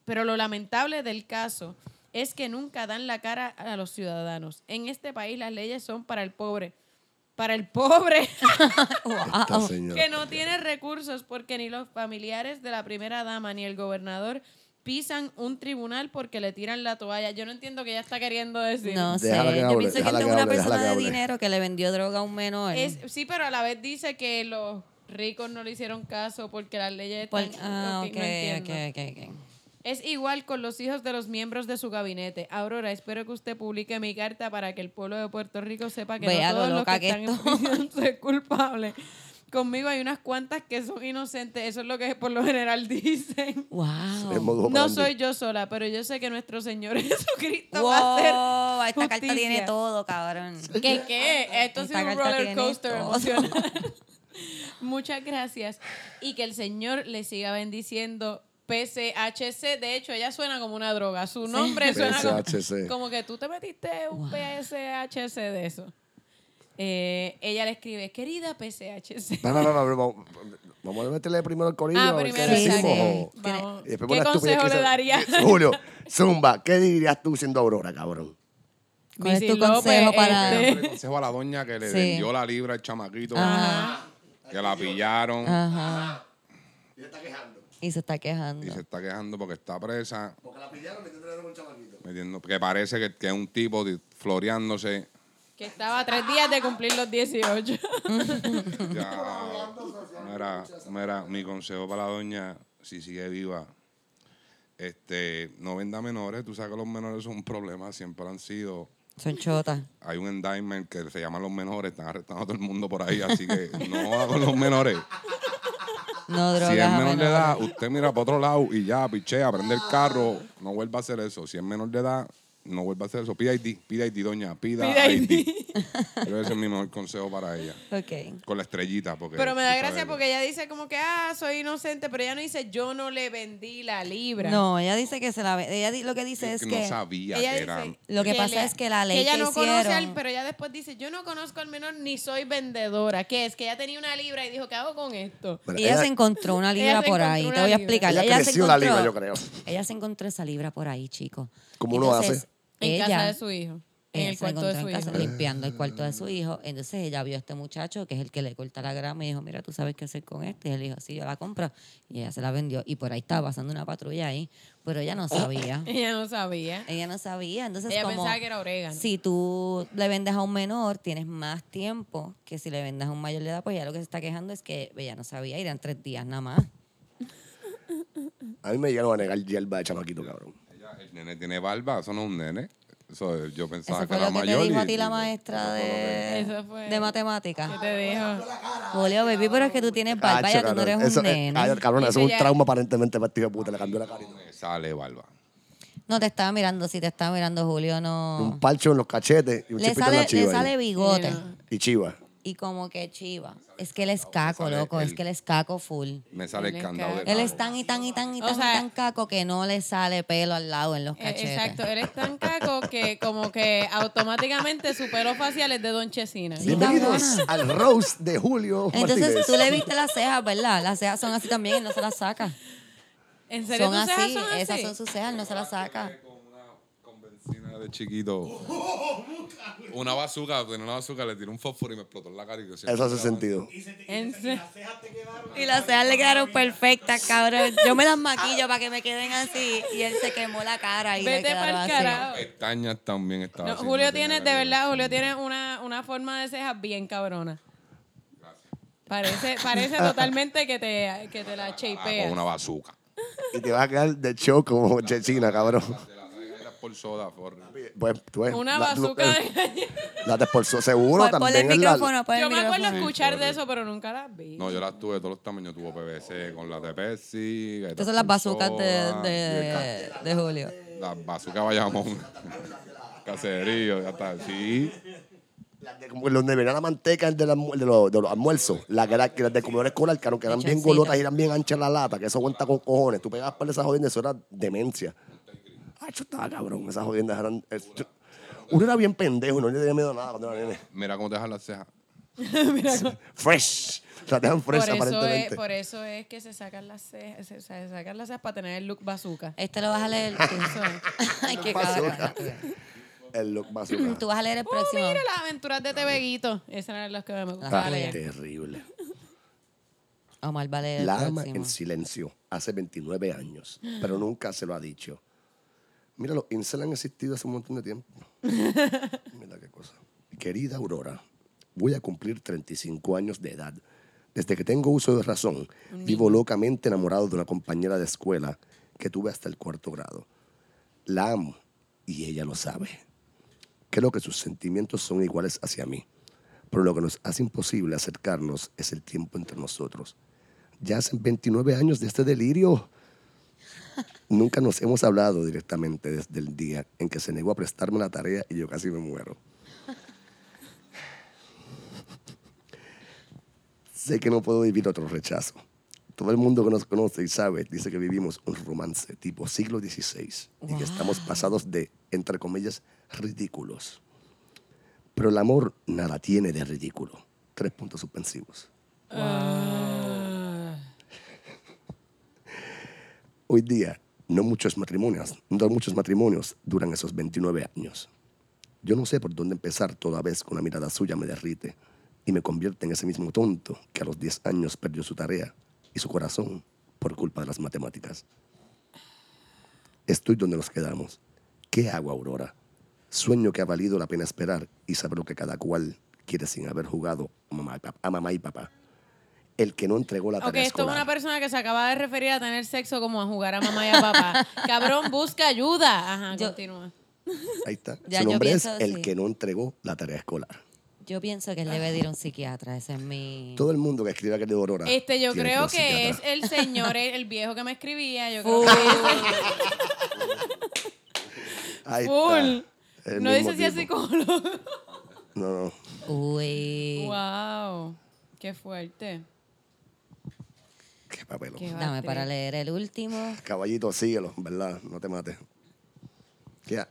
C: pero lo lamentable del caso es que nunca dan la cara a los ciudadanos. En este país las leyes son para el pobre. Para el pobre.
B: Esta señora.
C: que no tiene recursos porque ni los familiares de la primera dama ni el gobernador pisan un tribunal porque le tiran la toalla. Yo no entiendo que ella está queriendo decir.
A: No sé.
B: Déjala que
A: Yo
B: hable,
A: pienso que esto
B: déjala
A: es
B: que
A: una
B: hable,
A: persona
B: déjala que
A: de
B: hable.
A: dinero que le vendió droga a un menor.
C: Es, sí, pero a la vez dice que los ricos no le hicieron caso porque las leyes
A: Por-
C: están...
A: ah,
C: ok,
A: ok,
C: no entiendo.
A: ok, ok, ok.
C: Es igual con los hijos de los miembros de su gabinete. Aurora, espero que usted publique mi carta para que el pueblo de Puerto Rico sepa que
A: Vea
C: no
A: lo
C: todos los
A: loca
C: que,
A: que
C: están en
A: estoy.
C: prisión son culpables. Conmigo hay unas cuantas que son inocentes. Eso es lo que por lo general dicen.
B: El
A: ¡Wow!
B: modo
C: No
B: operandi.
C: soy yo sola, pero yo sé que nuestro Señor Jesucristo va a
A: ¡Wow!
C: hacer
A: Esta carta tiene
C: justicia.
A: todo, cabrón.
C: ¿Qué qué? Esto ha
A: Esta
C: sido un
A: carta
C: roller
A: tiene
C: coaster
A: todo.
C: emocional. Muchas gracias. Y que el Señor le siga bendiciendo. PCHC, de hecho, ella suena como una droga. Su nombre suena como,
B: PCHC.
C: como que tú te metiste un
A: Wow.
C: PCHC de eso. Eh, ella le escribe, querida PCHC.
B: No, no, no, no, pero vamos, vamos a meterle primero el corillo.
C: Ah,
B: a ver qué
C: primero,
A: decimos,
C: exacto.
A: o-
C: Vamos.
B: Y
C: ¿Qué
B: después una estupidez
C: consejo
B: que
C: le
B: hizo-
C: daría?
B: Julio, Zumba, ¿qué dirías tú siendo Aurora, cabrón?
A: ¿Cuál es tu
C: Missy López,
A: consejo para...?
C: este-
D: Le consejo a la doña que le
A: Sí.
D: vendió la libra al chamaquito.
A: Ajá. Ah.
D: Que la pillaron.
A: Ajá. Y se está quejando.
D: Y se está quejando porque está presa.
B: Porque la pillaron metiéndole un chamaquito.
D: metiendo- que parece que, que es un tipo de- floreándose.
C: Que estaba a tres días de cumplir los 18.
D: Ya. Mira, mira, mi consejo para la doña, si sigue viva, este, no venda menores. Tú sabes que los menores son un problema, siempre han sido.
A: Son chotas.
D: Hay un endowment que se llama los menores, están arrestando a todo el mundo por ahí, así que no joda con los menores.
A: No drogas
D: Si es
A: a
D: menor de
A: menores.
D: edad, usted mira para otro lado y ya, pichea, prende el carro, no vuelva a hacer eso. Si es menor de edad, no vuelva a hacer eso. Pida ID, pida ID, doña, pida,
C: Pida
D: ID.
C: ID.
D: Creo que ese es mi mejor consejo para ella.
A: Ok.
D: Con la estrellita, porque.
C: Pero me
D: tú
C: da
D: sabes
C: gracia
D: que-
C: porque ella dice como que, ah, soy inocente, pero ella no dice, yo no le vendí la libra.
A: No, ella dice que se la ve. Ella di- lo que dice
D: que
A: es que.
D: no sabía
C: Ella
D: que
C: dice
D: era.
A: Lo que pasa es que la ley
C: ella
A: que
C: no conoce al,
A: hicieron-
C: pero ella después dice, yo no conozco al menor ni soy vendedora. ¿Qué es? Que ella tenía una libra y dijo, ¿qué hago con esto?
B: Bueno,
A: ella,
B: ella-
A: se encontró una
C: Ella
A: libra
C: se
A: por ahí.
C: encontró
A: Te
C: una
A: voy a
C: libra.
A: explicar.
B: Ella
A: se
B: creció la
A: encontró-
B: libra, yo creo.
A: Ella se encontró esa libra por ahí, chico.
B: ¿Cómo uno hace?
C: En
A: ella,
C: casa de su hijo. En
A: ella
C: el
A: se la
C: cuarto de
A: encontró
C: su
A: en
C: hijo.
A: casa limpiando el cuarto de su hijo. Entonces ella vio a este muchacho, que es el que le corta la grama, y dijo, mira, tú sabes qué hacer con esto. Y él dijo, sí, yo la compro. Y ella se la vendió. Y por ahí estaba pasando una patrulla ahí. Pero ella no sabía.
C: Ella no sabía.
A: Ella no sabía. Entonces,
C: Ella
A: como,
C: pensaba que era orégano.
A: Si tú le vendes a un menor, tienes más tiempo que si le vendes a un mayor de edad, pues ya lo que se está quejando es que ella no sabía, irán tres días nada más.
B: A mí me llegaron a negar hierba de chamaquito, cabrón.
D: Ella- el nene tiene barba, eso no es un nene. Eso, eh, yo pensaba
A: Eso
D: que
A: fue
D: era
A: lo que te
D: mayor.
A: dijo a
D: y-
A: ti la
D: y-
A: maestra de,
C: Eso fue-
A: de
C: ¿Qué
A: matemáticas.
C: te dijo?
A: Julio, baby, pero es que tú
B: Ah,
A: tienes barba, ya tú no eres un
B: eso, eh,
A: nene.
B: ay, cabrón, eso
C: Eso
B: es un
C: ya-
B: trauma aparentemente para este hijo de puta, le cambió la carita.
D: Me Sale barba.
A: No te estaba mirando, si te estaba mirando Julio,
B: Un
A: no.
B: parcho en los cachetes y un
A: Le
B: chipito en la
A: sale, le
B: chiva.
A: sale
B: ahí.
A: bigote
C: Yeah.
B: Y chiva.
A: y como que chiva. Es que él es caco,
D: sale
A: loco, es
D: el-
A: que él es caco full.
D: Me sale
C: Él
D: el
C: es
D: candado de
C: caro.
A: Él
D: rabo.
A: es tan y tan y tan y
C: O
A: tan, y
C: sea-
A: tan caco que no le sale pelo al lado en los
C: Eh,
A: cachetes.
C: Exacto, eres tan caco que como que automáticamente su pelo facial es de Don Chesina.
A: Sí.
B: Bienvenidos al roast de Julio
A: Entonces
B: Martínez.
A: tú le viste las cejas, ¿verdad? Las cejas son así también, él no se las saca.
C: ¿En serio
A: Son
C: tus cejas
A: así,
C: son así?
A: esas son sus cejas, él no se las saca.
D: Con una convecina de chiquito. Una bazooka, tenía una bazooka, le tiró un fósforo y me explotó en la cara. Y yo siempre
B: Eso hace
D: estaba-
B: sentido.
C: En se-
A: Y las cejas le quedaron perfectas, cabrón. Yo me las maquillo para que me queden así. Y él se quemó la cara y le
C: Vete
A: quedaron
C: para el
A: así.
C: carajo.
D: Pestañas también estaba.
C: No,
D: así,
C: Julio
D: no tenía
C: tiene,
D: nada
C: de
D: que ver.
C: verdad, Julio tiene una, una forma de cejas bien cabrona. Parece, parece totalmente que te, que te la
D: Ah, Con una
C: chapea.
D: bazooka.
B: Y te vas a quedar de show como chechina, cabrón.
D: De la era por soda, por.
B: Pues tú ves.
C: Una
B: la- tú-
C: bazooka
B: eh,
C: de
B: La desforzó
A: Pon-
B: seguro
A: Pues, Ponle el
B: también. es la-
A: micrófono, ponle
C: Yo
A: el
C: me acuerdo
A: micrófono.
C: escuchar de
D: horrible.
C: eso, pero nunca las vi.
D: No, yo las tuve de todos los tamaños. Tuvo PVC con la de Pepsi. galletas
A: Estas son las
D: con
A: bazucas de,
D: soda, y el
A: de, de Julio.
D: ca- Las bazucas Bayamón. Caserío, ya está. Sí.
B: la de como donde venía la manteca el de, la- de los, de los almuerzos. La que era, que las de comedor escolar, claro, que eran bien
A: Lechoncita.
B: golotas y eran bien anchas la lata, que eso aguanta con cojones. Tú pegabas para esa jodienda, eso era demencia. Ah, yo estaba cabrón, esas jodiendas eran. es- yo- uno era bien pendejo, no le tenía miedo a nada cuando era nene.
D: Mira cómo te dejan las cejas.
B: Fresh. La dejan
C: por,
B: fresh,
C: eso es,
B: aparentemente.
C: por eso es que se sacan las cejas, se, se sacan las cejas para tener el look bazooka.
A: Este lo vas a leer tú. Ay, qué cabrón.
B: El look bazooka.
A: Tú vas a leer el
C: Oh,
A: próximo.
C: mira las aventuras de Tebeguito. Esas eran las que me gustaban.
B: Ah,
C: leer.
B: terrible.
A: Omar va a leer el
B: La ama
A: próximo.
B: en silencio hace 29 años, pero nunca se lo ha dicho. Mira, los incel han existido hace un montón de tiempo. Mira qué cosa. Querida Aurora, voy a cumplir 35 años de edad. Desde que tengo uso de razón, vivo locamente enamorado de una compañera de escuela que tuve hasta el cuarto grado. La amo y ella lo sabe. Creo que sus sentimientos son iguales hacia mí, pero lo que nos hace imposible acercarnos es el tiempo entre nosotros. Ya hacen 29 años de este delirio. Nunca nos hemos hablado directamente desde el día en que se negó a prestarme la tarea y yo casi me muero. Sé que no puedo vivir otro rechazo. Todo el mundo que nos conoce y sabe dice que vivimos un romance tipo siglo XVI y que estamos pasados de, entre comillas, ridículos. Pero el amor nada tiene de ridículo. Tres puntos suspensivos. Hoy día, no muchos matrimonios, no muchos matrimonios duran esos 29 años. Yo no sé por dónde empezar, toda vez con la mirada suya me derrite y me convierte en ese mismo tonto que a los 10 años perdió su tarea y su corazón por culpa de las matemáticas. Estoy donde nos quedamos. ¿Qué hago, Aurora? Sueño que ha valido la pena esperar y saber lo que cada cual quiere sin haber jugado a mamá y pap- a mamá y papá. El que no entregó la tarea
C: Ok, esto es
B: escolar.
C: una persona que se acaba de referir a tener sexo como a jugar a mamá y a papá. Cabrón, busca ayuda. Ajá,
A: Yo-
C: continúa.
B: Ahí está.
A: Ya,
B: Su
A: yo
B: nombre es
A: pienso,
B: el
A: sí.
B: que no entregó la tarea escolar.
A: Yo pienso que él debe de ir a un psiquiatra, ese es mi...
B: Todo el mundo que escribe aquel de Aurora.
C: Este, yo
B: tiene
C: creo
B: ir al
C: que es
B: psiquiatra.
C: el señor, el, el viejo que me escribía. Yo creo
A: Full.
B: Ahí
C: que
B: está.
C: full.
B: El
C: No
B: mismo
C: dice si es
B: tipo.
C: psicólogo.
B: No, no.
A: Uy.
C: wow, qué fuerte.
B: Qué papelón.
C: Qué
A: Dame para leer el último.
B: Caballito, síguelo, ¿verdad? No te mates. Que a-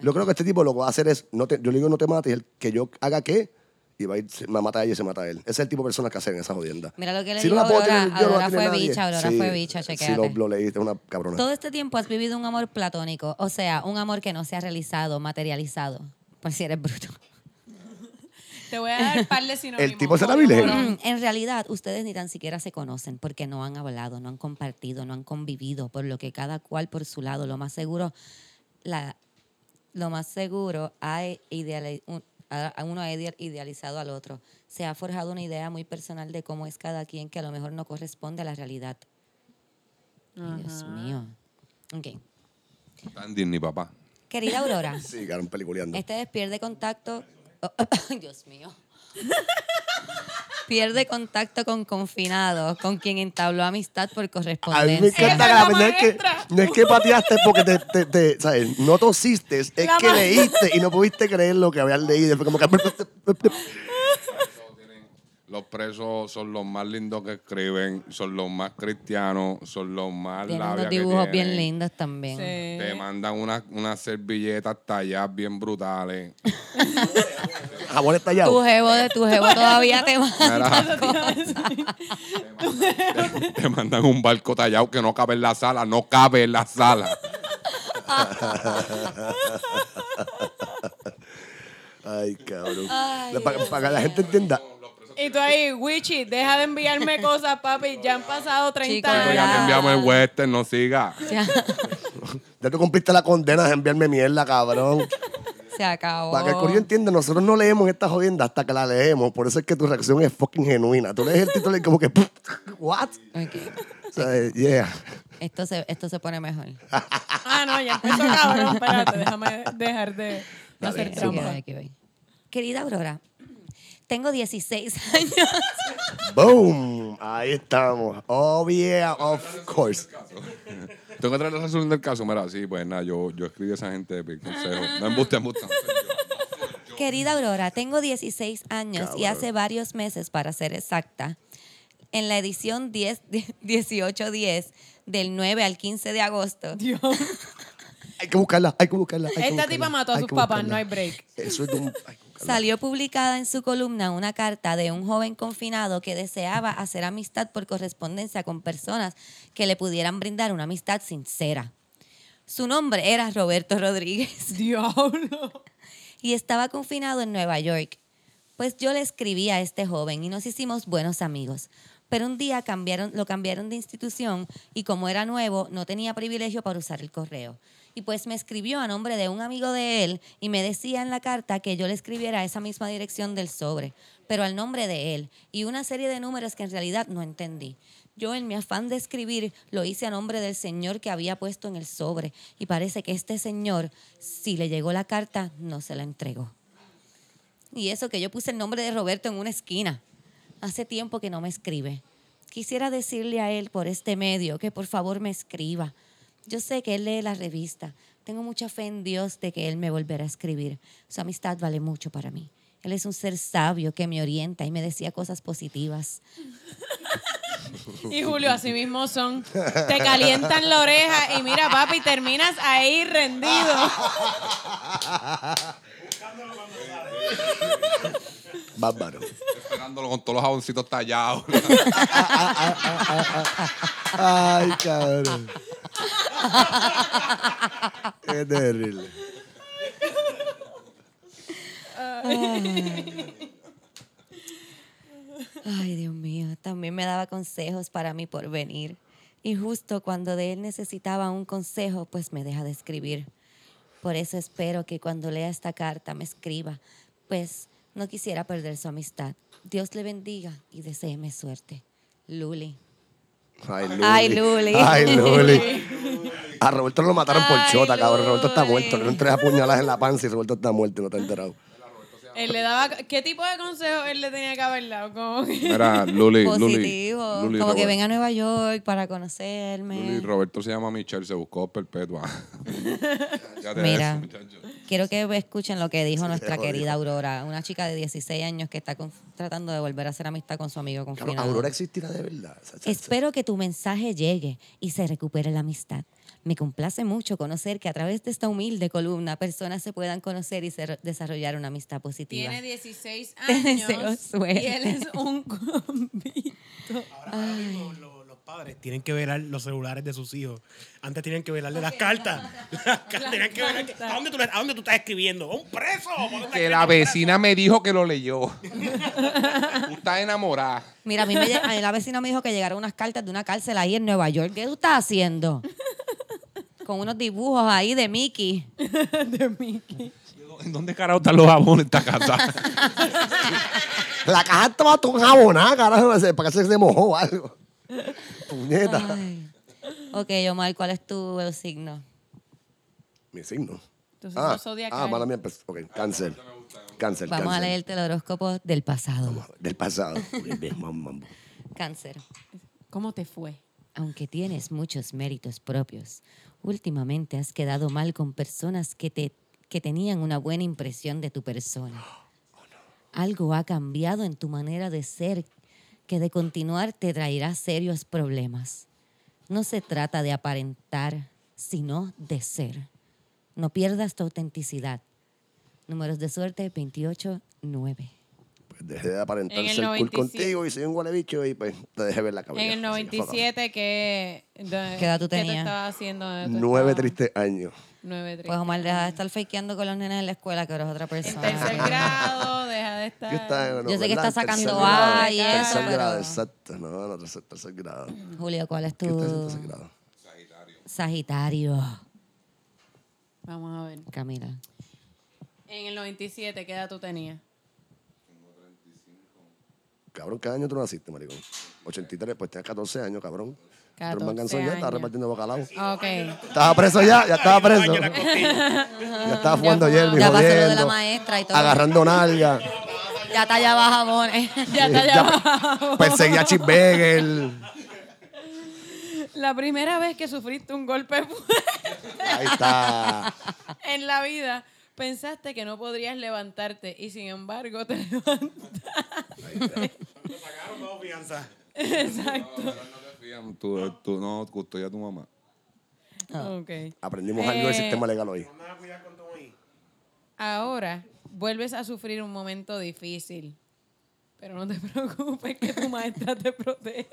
B: Yo creo que este tipo lo que va a hacer es, no te- yo le digo no te mates, el que yo haga qué, y va a ir, se- me mata a ella y se mata a él. Ese es el tipo de personas que hacen esa jodienda.
A: Mira lo que le
B: Si no
A: digo
B: la puedo
A: Aurora.
B: tener yo, no la
A: Aurora
B: tiene
A: fue
B: nadie.
A: bicha, Aurora fue bicha,
B: Si lo,
A: chequéate.
B: lo leíste, una cabrona.
A: Todo este tiempo has vivido un amor platónico, o sea, un amor que no se ha realizado, materializado, por si eres bruto.
C: Te voy a dar un par de sinónimos.
B: El tipo será
C: Coño,
B: virgen.
C: cabrón.
A: En realidad, ustedes ni tan siquiera se conocen porque no han hablado, no han compartido, no han convivido, por lo que cada cual por su lado, lo más seguro, la, lo más seguro, hay ideali- un- a- a uno ha ide- idealizado al otro. Se ha forjado una idea muy personal de cómo es cada quien que a lo mejor no corresponde a la realidad. Ay, Dios mío. Ok.
D: Tan Disney, papá.
A: Querida Aurora.
B: Sí, cabrón, peliculeando.
A: Este es pierde contacto. oh, Dios mío. Pierde contacto con confinados, con quien entabló amistad por
B: A mí me
A: correspondencia.
B: encanta
C: Esa es la
B: la no es que,
C: maestra.
B: no es que pateaste porque te, te, te- ¿sabes? no tosiste, es
C: La
B: que
C: ma-
B: leíste y no pudiste creer lo que habías leído. Fue como que...
D: Los presos son los más lindos que escriben, son los más cristianos, son los más
A: Tiene
D: labias
A: unos
D: que
A: dibujos
D: tienen.
A: bien lindos también.
C: Sí.
D: Te mandan unas unas servilletas talladas bien brutales.
B: Jabón
A: Tu
B: estallado.
A: jevo de tu jevo todavía te manda.
D: Mira, te, te mandan un barco tallado que no cabe en la sala, no cabe en la sala.
B: Ay, cabrón. para, para que la gente entienda,
C: Y tú ahí, Wichi, deja de enviarme cosas, papi. Ya han pasado 30
A: Chico,
D: Pero ya te
A: Ah.
C: años.
D: enviamos el western, no siga.
A: Se, a-
B: ya tú cumpliste la condena de enviarme mierda, cabrón.
A: se acabó.
B: Para que el
C: Oh.
B: corillo entienda, nosotros no leemos esta jodienda hasta que la leemos. Por eso es que tu reacción es fucking genuina. Tú lees el título y como que... ¿What?
A: Ok.
B: O sea, yeah.
A: Esto se, esto se pone mejor.
C: Ah, no, ya empezó, cabrón. Espérate, déjame dejar de hacer
A: Ok,
C: trampa.
A: ok, ok. Querida Aurora, tengo 16 años.
B: Boom. Ahí estamos. Oh, yeah, of course.
D: Tengo que traer la resolución del caso. Mira, sí, pues nada, yo, yo escribí a esa gente de consejo.
A: Ah.
D: No embuste, embuste.
A: Querida Aurora, tengo 16 años y hace varios meses, para ser exacta, en la edición 10, 18-10 del 9 al 15 de agosto,
C: Dios.
B: Hay que buscarla, hay que buscarla. hay que
C: Esta
B: buscarla,
C: tipa mató a
B: hay
C: sus
B: que
C: papás,
B: buscarla.
C: no hay break.
B: Eso es de un. hay que buscarla.
A: salió publicada en su columna una carta de un joven confinado que deseaba hacer amistad por correspondencia con personas que le pudieran brindar una amistad sincera. Su nombre era Roberto Rodríguez.
C: Diablo.
A: y estaba confinado en Nueva York. Pues yo le escribí a este joven y nos hicimos buenos amigos. Pero un día cambiaron, lo cambiaron de institución y como era nuevo no tenía privilegio para usar el correo. Y pues me escribió a nombre de un amigo de él y me decía en la carta que yo le escribiera a esa misma dirección del sobre, pero al nombre de él y una serie de números que en realidad no entendí. Yo en mi afán de escribir lo hice a nombre del señor que había puesto en el sobre y parece que este señor, si le llegó la carta, no se la entregó. Y eso que yo puse el nombre de Roberto en una esquina. Hace tiempo que no me escribe. Quisiera decirle a él por este medio que por favor me escriba. Yo sé que él lee la revista. Tengo mucha fe en Dios de que él me volverá a escribir. Su amistad vale mucho para mí. Él es un ser sabio que me orienta y me decía cosas positivas.
C: Y Julio, así mismo son. Te calientan la oreja y mira, papi, terminas ahí rendido.
B: Bárbaro.
D: Esperándolo con todos los jaboncitos tallados.
B: Ay, cabrón. Qué terrible.
A: Ay, Dios mío. También me daba consejos para mi porvenir. Y justo cuando de él necesitaba un consejo, pues me deja de escribir. Por eso espero que cuando lea esta carta me escriba, pues no quisiera perder su amistad. Dios le bendiga y deseeme suerte. Luli.
B: Ay, Luli.
A: Ay, Luli.
B: Ay, Luli. A Roberto lo mataron por
A: Ay,
B: chota, cabrón. Roberto está
A: Luli.
B: muerto. Le dieron tres apuñaladas en la panza y Roberto está muerto y no está enterado.
C: Él le daba, ¿Qué tipo de consejo él le tenía que haber dado? Como que-
D: Mira, Luli,
A: Positivo.
D: Luli. Luli,
A: Como que
D: Robert-
A: venga a Nueva York para conocerme.
D: Luli, Roberto se llama Michelle, se buscó perpetua. ya te
A: Mira.
D: ves, muchacho.
A: Quiero que escuchen lo que dijo nuestra
B: jodido.
A: querida Aurora, una chica de 16 años que está con- tratando de volver a hacer amistad con su amigo
B: Cabrón,
A: confinado.
B: Aurora existirá de verdad. Esa- esa- esa-
A: Espero que tu mensaje llegue y se recupere la amistad. Me complace mucho conocer que a través de esta humilde columna personas se puedan conocer y se- desarrollar una amistad positiva.
C: Tiene 16
A: Te
C: años.
A: deseo suerte.
C: Y él es un convicto.
E: Ahora, ahora mismo lo- los padres tienen que velar los celulares de sus hijos. Antes tenían que velarle las cartas. Las cartas tenían que velar. ¿A dónde tú, le- a dónde tú estás escribiendo? ¡A un preso! ¿Por dónde
D: Que
E: estás
D: la
E: escribiendo?
D: vecina me dijo que lo leyó. Tú estás enamorada.
A: Mira, a mí me lle- a mí la vecina me dijo que llegaron unas cartas de una cárcel ahí en Nueva York. ¿Qué tú estás haciendo? Con unos dibujos ahí de Mickey.
D: ¿En dónde carajo están los jabones en esta casa?
B: La caja estaba toda jabonada, carajo. no sé, Para que se se mojó o algo. Puñeta.
A: Ay. Ok, Omar, ¿cuál es tu signo?
B: Mi signo.
C: Tu signo
B: Ah,
C: zodiacal.
B: ah, mala mía. pues, ok, cáncer. Cáncer,
A: Vamos a
B: cáncer.
A: leerte el horóscopo del pasado.
B: Del pasado. Uy, bien, mam- mambo.
A: Cáncer.
C: ¿Cómo te fue?
A: Aunque tienes muchos méritos propios, últimamente has quedado mal con personas que, te, que tenían una buena impresión de tu persona.
B: Oh,
A: Algo ha cambiado en tu manera de ser que de continuar te traerá serios problemas. No se trata de aparentar, sino de ser. No pierdas tu autenticidad. Números de suerte 28, 9.
B: Pues dejé de aparentar
C: En el
B: ser cool
C: 97.
B: contigo y soy un gualebicho y pues te dejé ver la cabeza.
C: En el 97, ¿qué, de-
A: ¿Qué edad tú
C: qué te
A: tenías?
C: estabas haciendo? de tu
B: Nueve
C: estado?
B: tristes años.
C: Nueve
A: Pues
C: tristes.
A: Omar, deja de estar fakeando con los nenes en la escuela, que eres otra
C: En
A: persona.
C: tercer grado, deja de estar.
B: Yo, estaba en
A: Yo sé que
B: novela,
A: está
B: en
A: sacando
B: tercer grado,
A: A y
B: tercer
C: eso,
A: pero-
B: grado, exacto. No, no, tercer, tercer grado.
A: Julio, ¿cuál es
B: ¿Qué estás en
A: tu
B: tercer grado?
A: Sagitario?
C: Vamos a ver.
A: Camila.
C: En el 97, ¿qué edad tú tenías?
B: Cabrón, ¿qué año tú naciste, maricón? 83, pues tenías 14 años, cabrón. Pero
C: 14
B: me ya, estaba
C: años.
B: repartiendo bacalao.
C: Ok.
B: Estaba preso ya, ya estaba
E: Ay,
B: preso.
E: daño la costilla.
B: Ya estaba jugando ayer, mi
A: Ya pasó lo de la
B: jodiendo,
A: maestra y todo.
B: Agarrando nalga.
A: Ya está allá abajo, jabones.
C: Ya está allá abajo.
B: Perseguía a Chisbegel.
C: La primera vez que sufriste un golpe fuerte
B: Ahí está.
C: en la vida, pensaste que no podrías levantarte y sin embargo te levantaste.
E: Sacaron bajo fianza.
D: Tú, tú no custodia a tu mamá.
C: Ok.
B: Aprendimos algo del
C: Eh,
B: sistema legal hoy.
E: Vamos a cuidar con Tommy.
C: Ahora vuelves a sufrir un momento difícil. Pero no te preocupes que tu maestra te protege.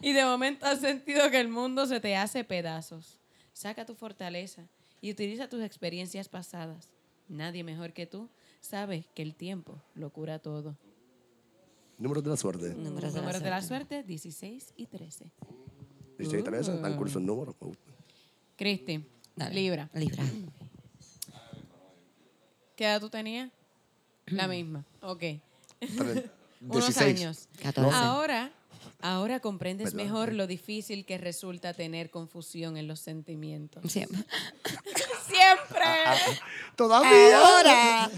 C: y de momento has sentido que el mundo se te hace pedazos. Saca tu fortaleza y utiliza tus experiencias pasadas. Nadie mejor que tú sabe que el tiempo lo cura todo.
B: Número de la suerte.
A: Números de la
C: Números de la suerte, 16 y 13.
B: 16 y 13, están cursos números. Me gusta.
C: Cristi,
A: Dale.
C: Libra.
A: Libra.
C: ¿Qué edad tú tenías? La misma. Ok.
B: Tres-
C: Unos
B: 16.
C: años.
A: 14.
C: Ahora, ahora comprendes
B: Perdón.
C: mejor lo difícil que resulta tener confusión en los sentimientos.
A: Siempre.
C: Siempre.
B: Todavía.
A: Oh, Ahora.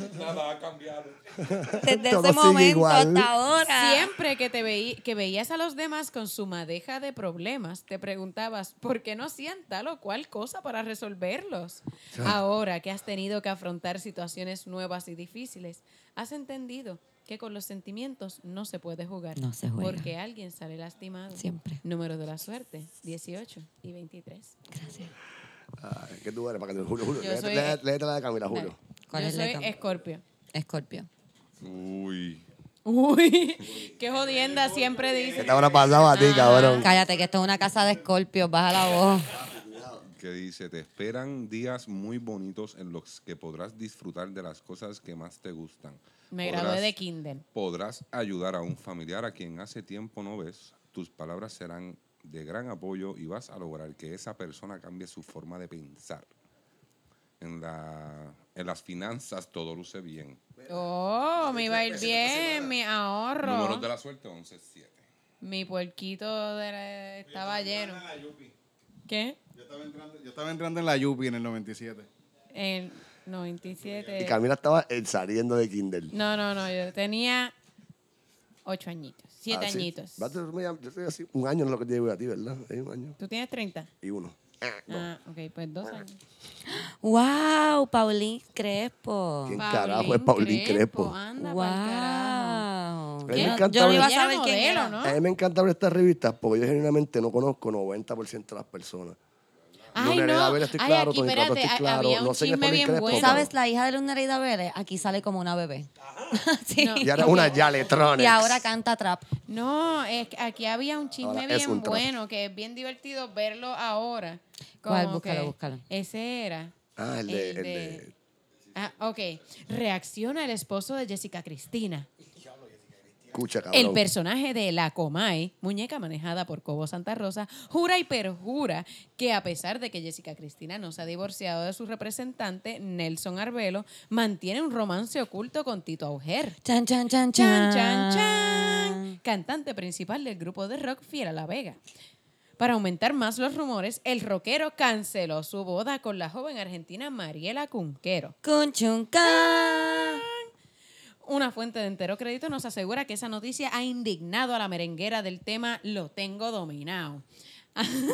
A: Desde
B: Todo
A: ese
B: sigue
A: momento
B: igual.
A: hasta ahora.
C: Siempre que te veí, que veías a los demás con su madeja de problemas, te preguntabas por qué no hacían tal o cual cosa para resolverlos. Ahora que has tenido que afrontar situaciones nuevas y difíciles, has entendido que con los sentimientos no se puede jugar.
A: No se juega.
C: Porque alguien sale lastimado.
A: Siempre.
C: Número de la suerte, 18 y 23.
A: Gracias.
B: Ay, ¿Qué tú eres? Para que te Julio, Julio.
C: Yo
B: Léete
C: soy-
B: léete- léete la de Camila, Julio.
C: Dale.
A: ¿Cuál
C: Yo
A: es la
C: soy
A: cam-
C: Escorpio.
A: Escorpio.
D: Uy.
C: Uy, qué jodienda siempre dice.
B: Esta hora pasaba a ti, cabrón.
A: Cállate, que esto es una casa de Escorpio. Baja la voz.
D: que dice, te esperan días muy bonitos en los que podrás disfrutar de las cosas que más te gustan.
C: Me
D: Podrás-
C: gradué de Kindle.
D: Podrás ayudar a un familiar a quien hace tiempo no ves. Tus palabras serán de gran apoyo y vas a lograr que esa persona cambie su forma de pensar. En, la, en las finanzas todo luce bien.
C: Oh, me iba a ir bien, mi ahorro.
D: Números de la suerte 11-7.
C: Mi puerquito de la- estaba lleno. ¿Qué?
F: Yo estaba, entrando, yo estaba entrando en la Yupi en el 97.
C: En
B: Y
C: 97.
B: Camila estaba eh, saliendo de Kindle.
C: No, no, no, yo tenía ocho añitos, siete
B: Así.
C: añitos.
B: Ah, Va, tú me llamas- Yo soy así, un año es lo que te llevo a ti, ¿verdad? Hay un año
C: ¿Tú tienes 30?
B: y uno.
C: Ah, ok, pues dos años.
A: ¡Wow! Paulín Crespo.
B: ¿Quién carajo es Paulín Crespo?
C: Anda pa'l carajo.
A: ¡Wow!
B: A mí me
A: Yo-
B: encanta
A: Yo no
B: ver-
A: iba a
C: Ella
A: saber quién
C: modelo,
A: era.
C: ¿no?
B: A mí me encanta ver estas revistas porque yo genuinamente no conozco 90% de las personas.
C: Ay,
B: Lunareda
C: no.
B: Vera, estoy
C: Ay,
B: claro,
C: aquí,
B: Tony Cotto,
C: espérate,
B: estoy
C: a-
B: claro.
C: había un
B: No sé quién es
C: chisme
B: Paulín
C: bien
B: Crespo,
C: bueno.
B: pero-
A: ¿Sabes? La hija de Lunarida Vélez aquí sale como una bebé. sí.
C: No.
B: Y ahora es una Yaletronics.
A: Y ahora canta trap.
C: No, es que aquí había un chisme
B: Ahora es
C: bien
B: un trapo.
C: bueno, que es bien divertido verlo ahora.
A: ¿Cuál?
C: Como
A: Búscalo,
C: que
A: búscalo.
C: Ese era.
B: Ah, el de- el de-
C: Ah, ok. Reacciona el esposo de Jessica Cristina.
B: Escucha, cabrón.
C: El personaje de La Comay, muñeca manejada por Cobo Santa Rosa, jura y perjura que a pesar de que Jessica Cristina no se ha divorciado de su representante, Nelson Arbelo, mantiene un romance oculto con Tito Auger.
A: Chan, chan, chan,
C: Chan,
A: chan.
C: chan, chan. Cantante principal del grupo de rock Fiera La Vega. Para aumentar más los rumores, el rockero canceló su boda con la joven argentina Mariela Cunquero.
A: Cun, chun, can.
C: Una fuente de entero crédito nos asegura que esa noticia ha indignado a la merenguera del tema Lo tengo dominado.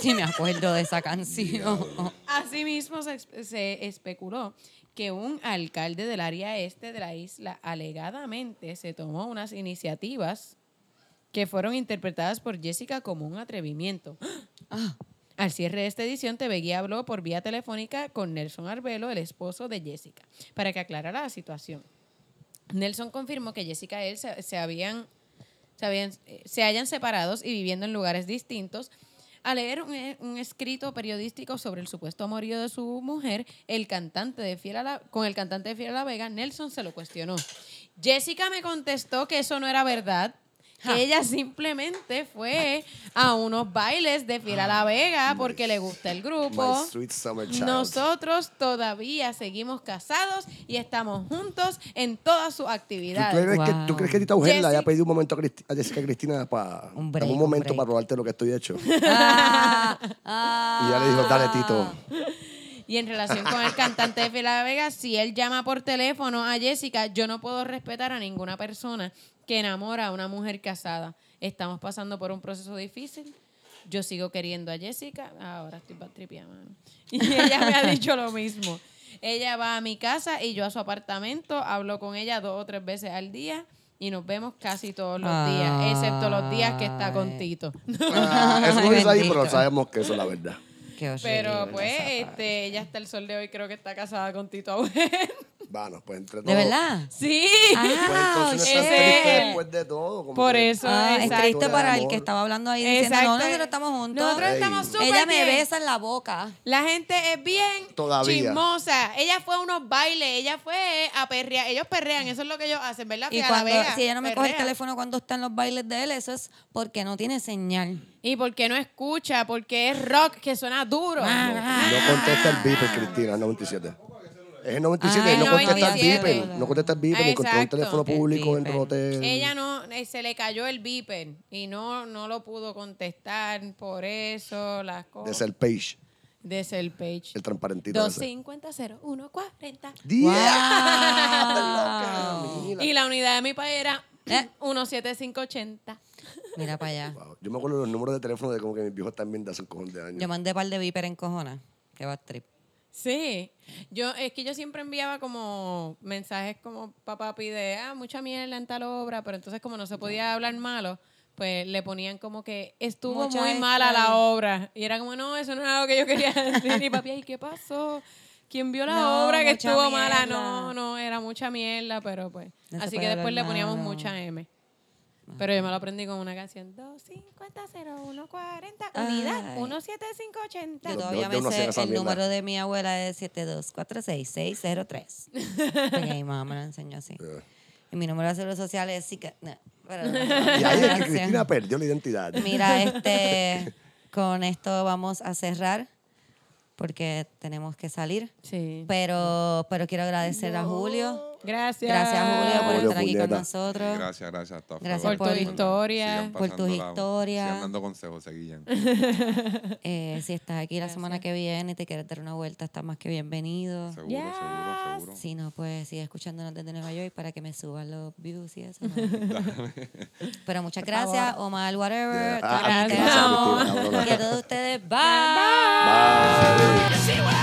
A: Sí, me acuerdo de esa canción.
C: Asimismo, se, espe- se especuló que un alcalde del área este de la isla alegadamente se tomó unas iniciativas que fueron interpretadas por Jessica como un atrevimiento. ¡Ah! Al cierre de esta edición, TV Guía habló por vía telefónica con Nelson Arbelo, el esposo de Jessica, para que aclarara la situación. Nelson confirmó que Jessica y él se, se habían, se, habían- eh, se hallan separados y viviendo en lugares distintos. Al leer un, eh, un escrito periodístico sobre el supuesto amorío de su mujer, el cantante de Fiera La- con el cantante de Fiera La Vega, Nelson se lo cuestionó. Jessica me contestó que eso no era verdad, que ella simplemente fue a unos bailes de Fiera La Vega porque le gusta el grupo.
B: Ah, My sweet summer child.
C: Nosotros todavía seguimos casados y estamos juntos en todas sus
B: ¿Tú
C: actividades.
B: crees, que,
A: Wow.
B: ¿Tú crees que Tita Ujela le haya
C: Jessica-
B: pedido un momento a, Cristi- a Jessica Cristina para
A: Un break,
B: un momento
A: un break.
B: para probarte lo que estoy hecho? Y
A: Ah,
B: ya le dijo, dale, Tito.
C: Y en relación con el cantante de Fila Vega, si él llama por teléfono a Jessica, yo no puedo respetar a ninguna persona que enamora a una mujer casada. Estamos pasando por un proceso difícil. Yo sigo queriendo a Jessica. Ah, Ahora estoy patripiando. Y ella me ha dicho lo mismo. Ella va a mi casa y yo a su apartamento. Hablo con ella dos o tres veces al día y nos vemos casi todos los días, excepto los días que está con
A: Ay.
C: Tito.
B: Ah, eso no dice ahí,
A: bendito.
B: pero sabemos que eso es la verdad.
A: Qué horrible
C: Pero pues,
A: esa parte.
C: este, ella hasta el sol de hoy creo que está casada con Tito Abuel.
B: Bueno, pues entre
A: ¿De
B: todos.
A: verdad?
C: Sí.
B: Pues
A: Ah,
B: entonces
A: shit.
B: no estás triste después de todo. como
C: Por
B: que-
C: eso,
A: Ah, es
C: exacto.
A: triste para el
B: Amor.
A: que estaba hablando ahí diciendo, no, nosotros estamos juntos.
C: Nosotros
B: Ey.
C: estamos súper
A: Ella me
C: bien.
A: besa en la boca.
C: La gente es bien
B: Todavía.
C: chismosa. Ella fue a unos bailes, ella fue a perrear. Ellos perrean, eso es lo que ellos hacen, ¿verdad?
A: Y
C: Fea la
A: cuando,
C: Vega,
A: si ella no me coge el
C: perrea.
A: teléfono cuando está en los bailes de él, eso es porque no tiene señal.
C: Y porque no escucha, porque es rock que suena duro.
A: Ah,
B: No contesta el beeper, Cristina, el 97. Es el 97,
A: Ah,
B: y no
A: el
B: contesta el
A: 97.
B: beeper. No contesta el beeper, ni encontró un
C: Exacto.
B: teléfono público
A: El
B: dentro del hotel.
C: Ella no, eh, se le cayó el beeper y no, no lo pudo contestar, por eso las
B: De
C: cosas.
B: ser page,
C: Desde el page.
B: el transparentito. ese.
C: 250 0140.
B: Yeah. Camila.
C: Y la unidad de mi país era
A: Eh.
C: 17580.
A: Mira para allá.
B: Wow. Yo me acuerdo los números de teléfono de como que mis viejos también de hace un cojón de años.
A: Yo mandé par de viper en cojona. Qué va trip.
C: Sí, yo es que yo siempre enviaba como mensajes como papá pide, ah, mucha mierda en tal obra, pero entonces como no se podía hablar malo, pues le ponían como que estuvo
A: Mucha
C: muy
A: extra
C: mala
A: y-
C: la obra y era como, no, eso no era lo que yo quería decir y papi, ¿y qué pasó? Quien vio la
A: No,
C: obra que
A: mucha
C: estuvo mala,
A: mierda.
C: no, no, era mucha mierda, pero pues.
A: No se
C: así que
A: puede
C: después
A: hablar Ah,
C: le poníamos
A: malo.
C: mucha M. Pero yo me lo aprendí con una canción 250 0140 unidad
A: Ay.
C: 17580.
A: Yo
B: Yo-
A: todavía
B: yo
A: me
B: no sé
A: sé
B: esa
A: el
B: mierda.
A: número de mi abuela es 72466603. Porque mi mamá me lo enseñó así. Y mi número de seguro social es... sí que- no, pero no,
B: Y ahí es que
A: gracias.
B: Cristina perdió la identidad.
A: Mira, este, con esto vamos a cerrar porque tenemos que salir.
C: Sí.
A: Pero, pero quiero agradecer a Julio.
C: Gracias.
A: Gracias, Julio, por
B: Julio,
A: estar aquí con
B: puñeta.
A: nosotros.
D: Gracias, gracias. está
A: Gracias
D: fuego.
A: por tu
D: Sigan
C: historia.
D: pasando
A: Por tus
D: la-
A: historias.
D: Sigan dando consejos, seguían.
A: Eh, si estás aquí la semana que viene y te quieres dar una vuelta, estás más que bienvenido.
D: Seguro,
C: Yes.
D: seguro, seguro.
A: Si no, pues sigue escuchándonos desde Nueva York para que me suban los views y eso. ¿no? Pero muchas gracias, Omar, whatever.
B: Ah,
A: Te
B: gracias,
A: amo.
B: Cristina, cabrona.
A: Y a todos ustedes, bye.
B: Bye.
A: bye.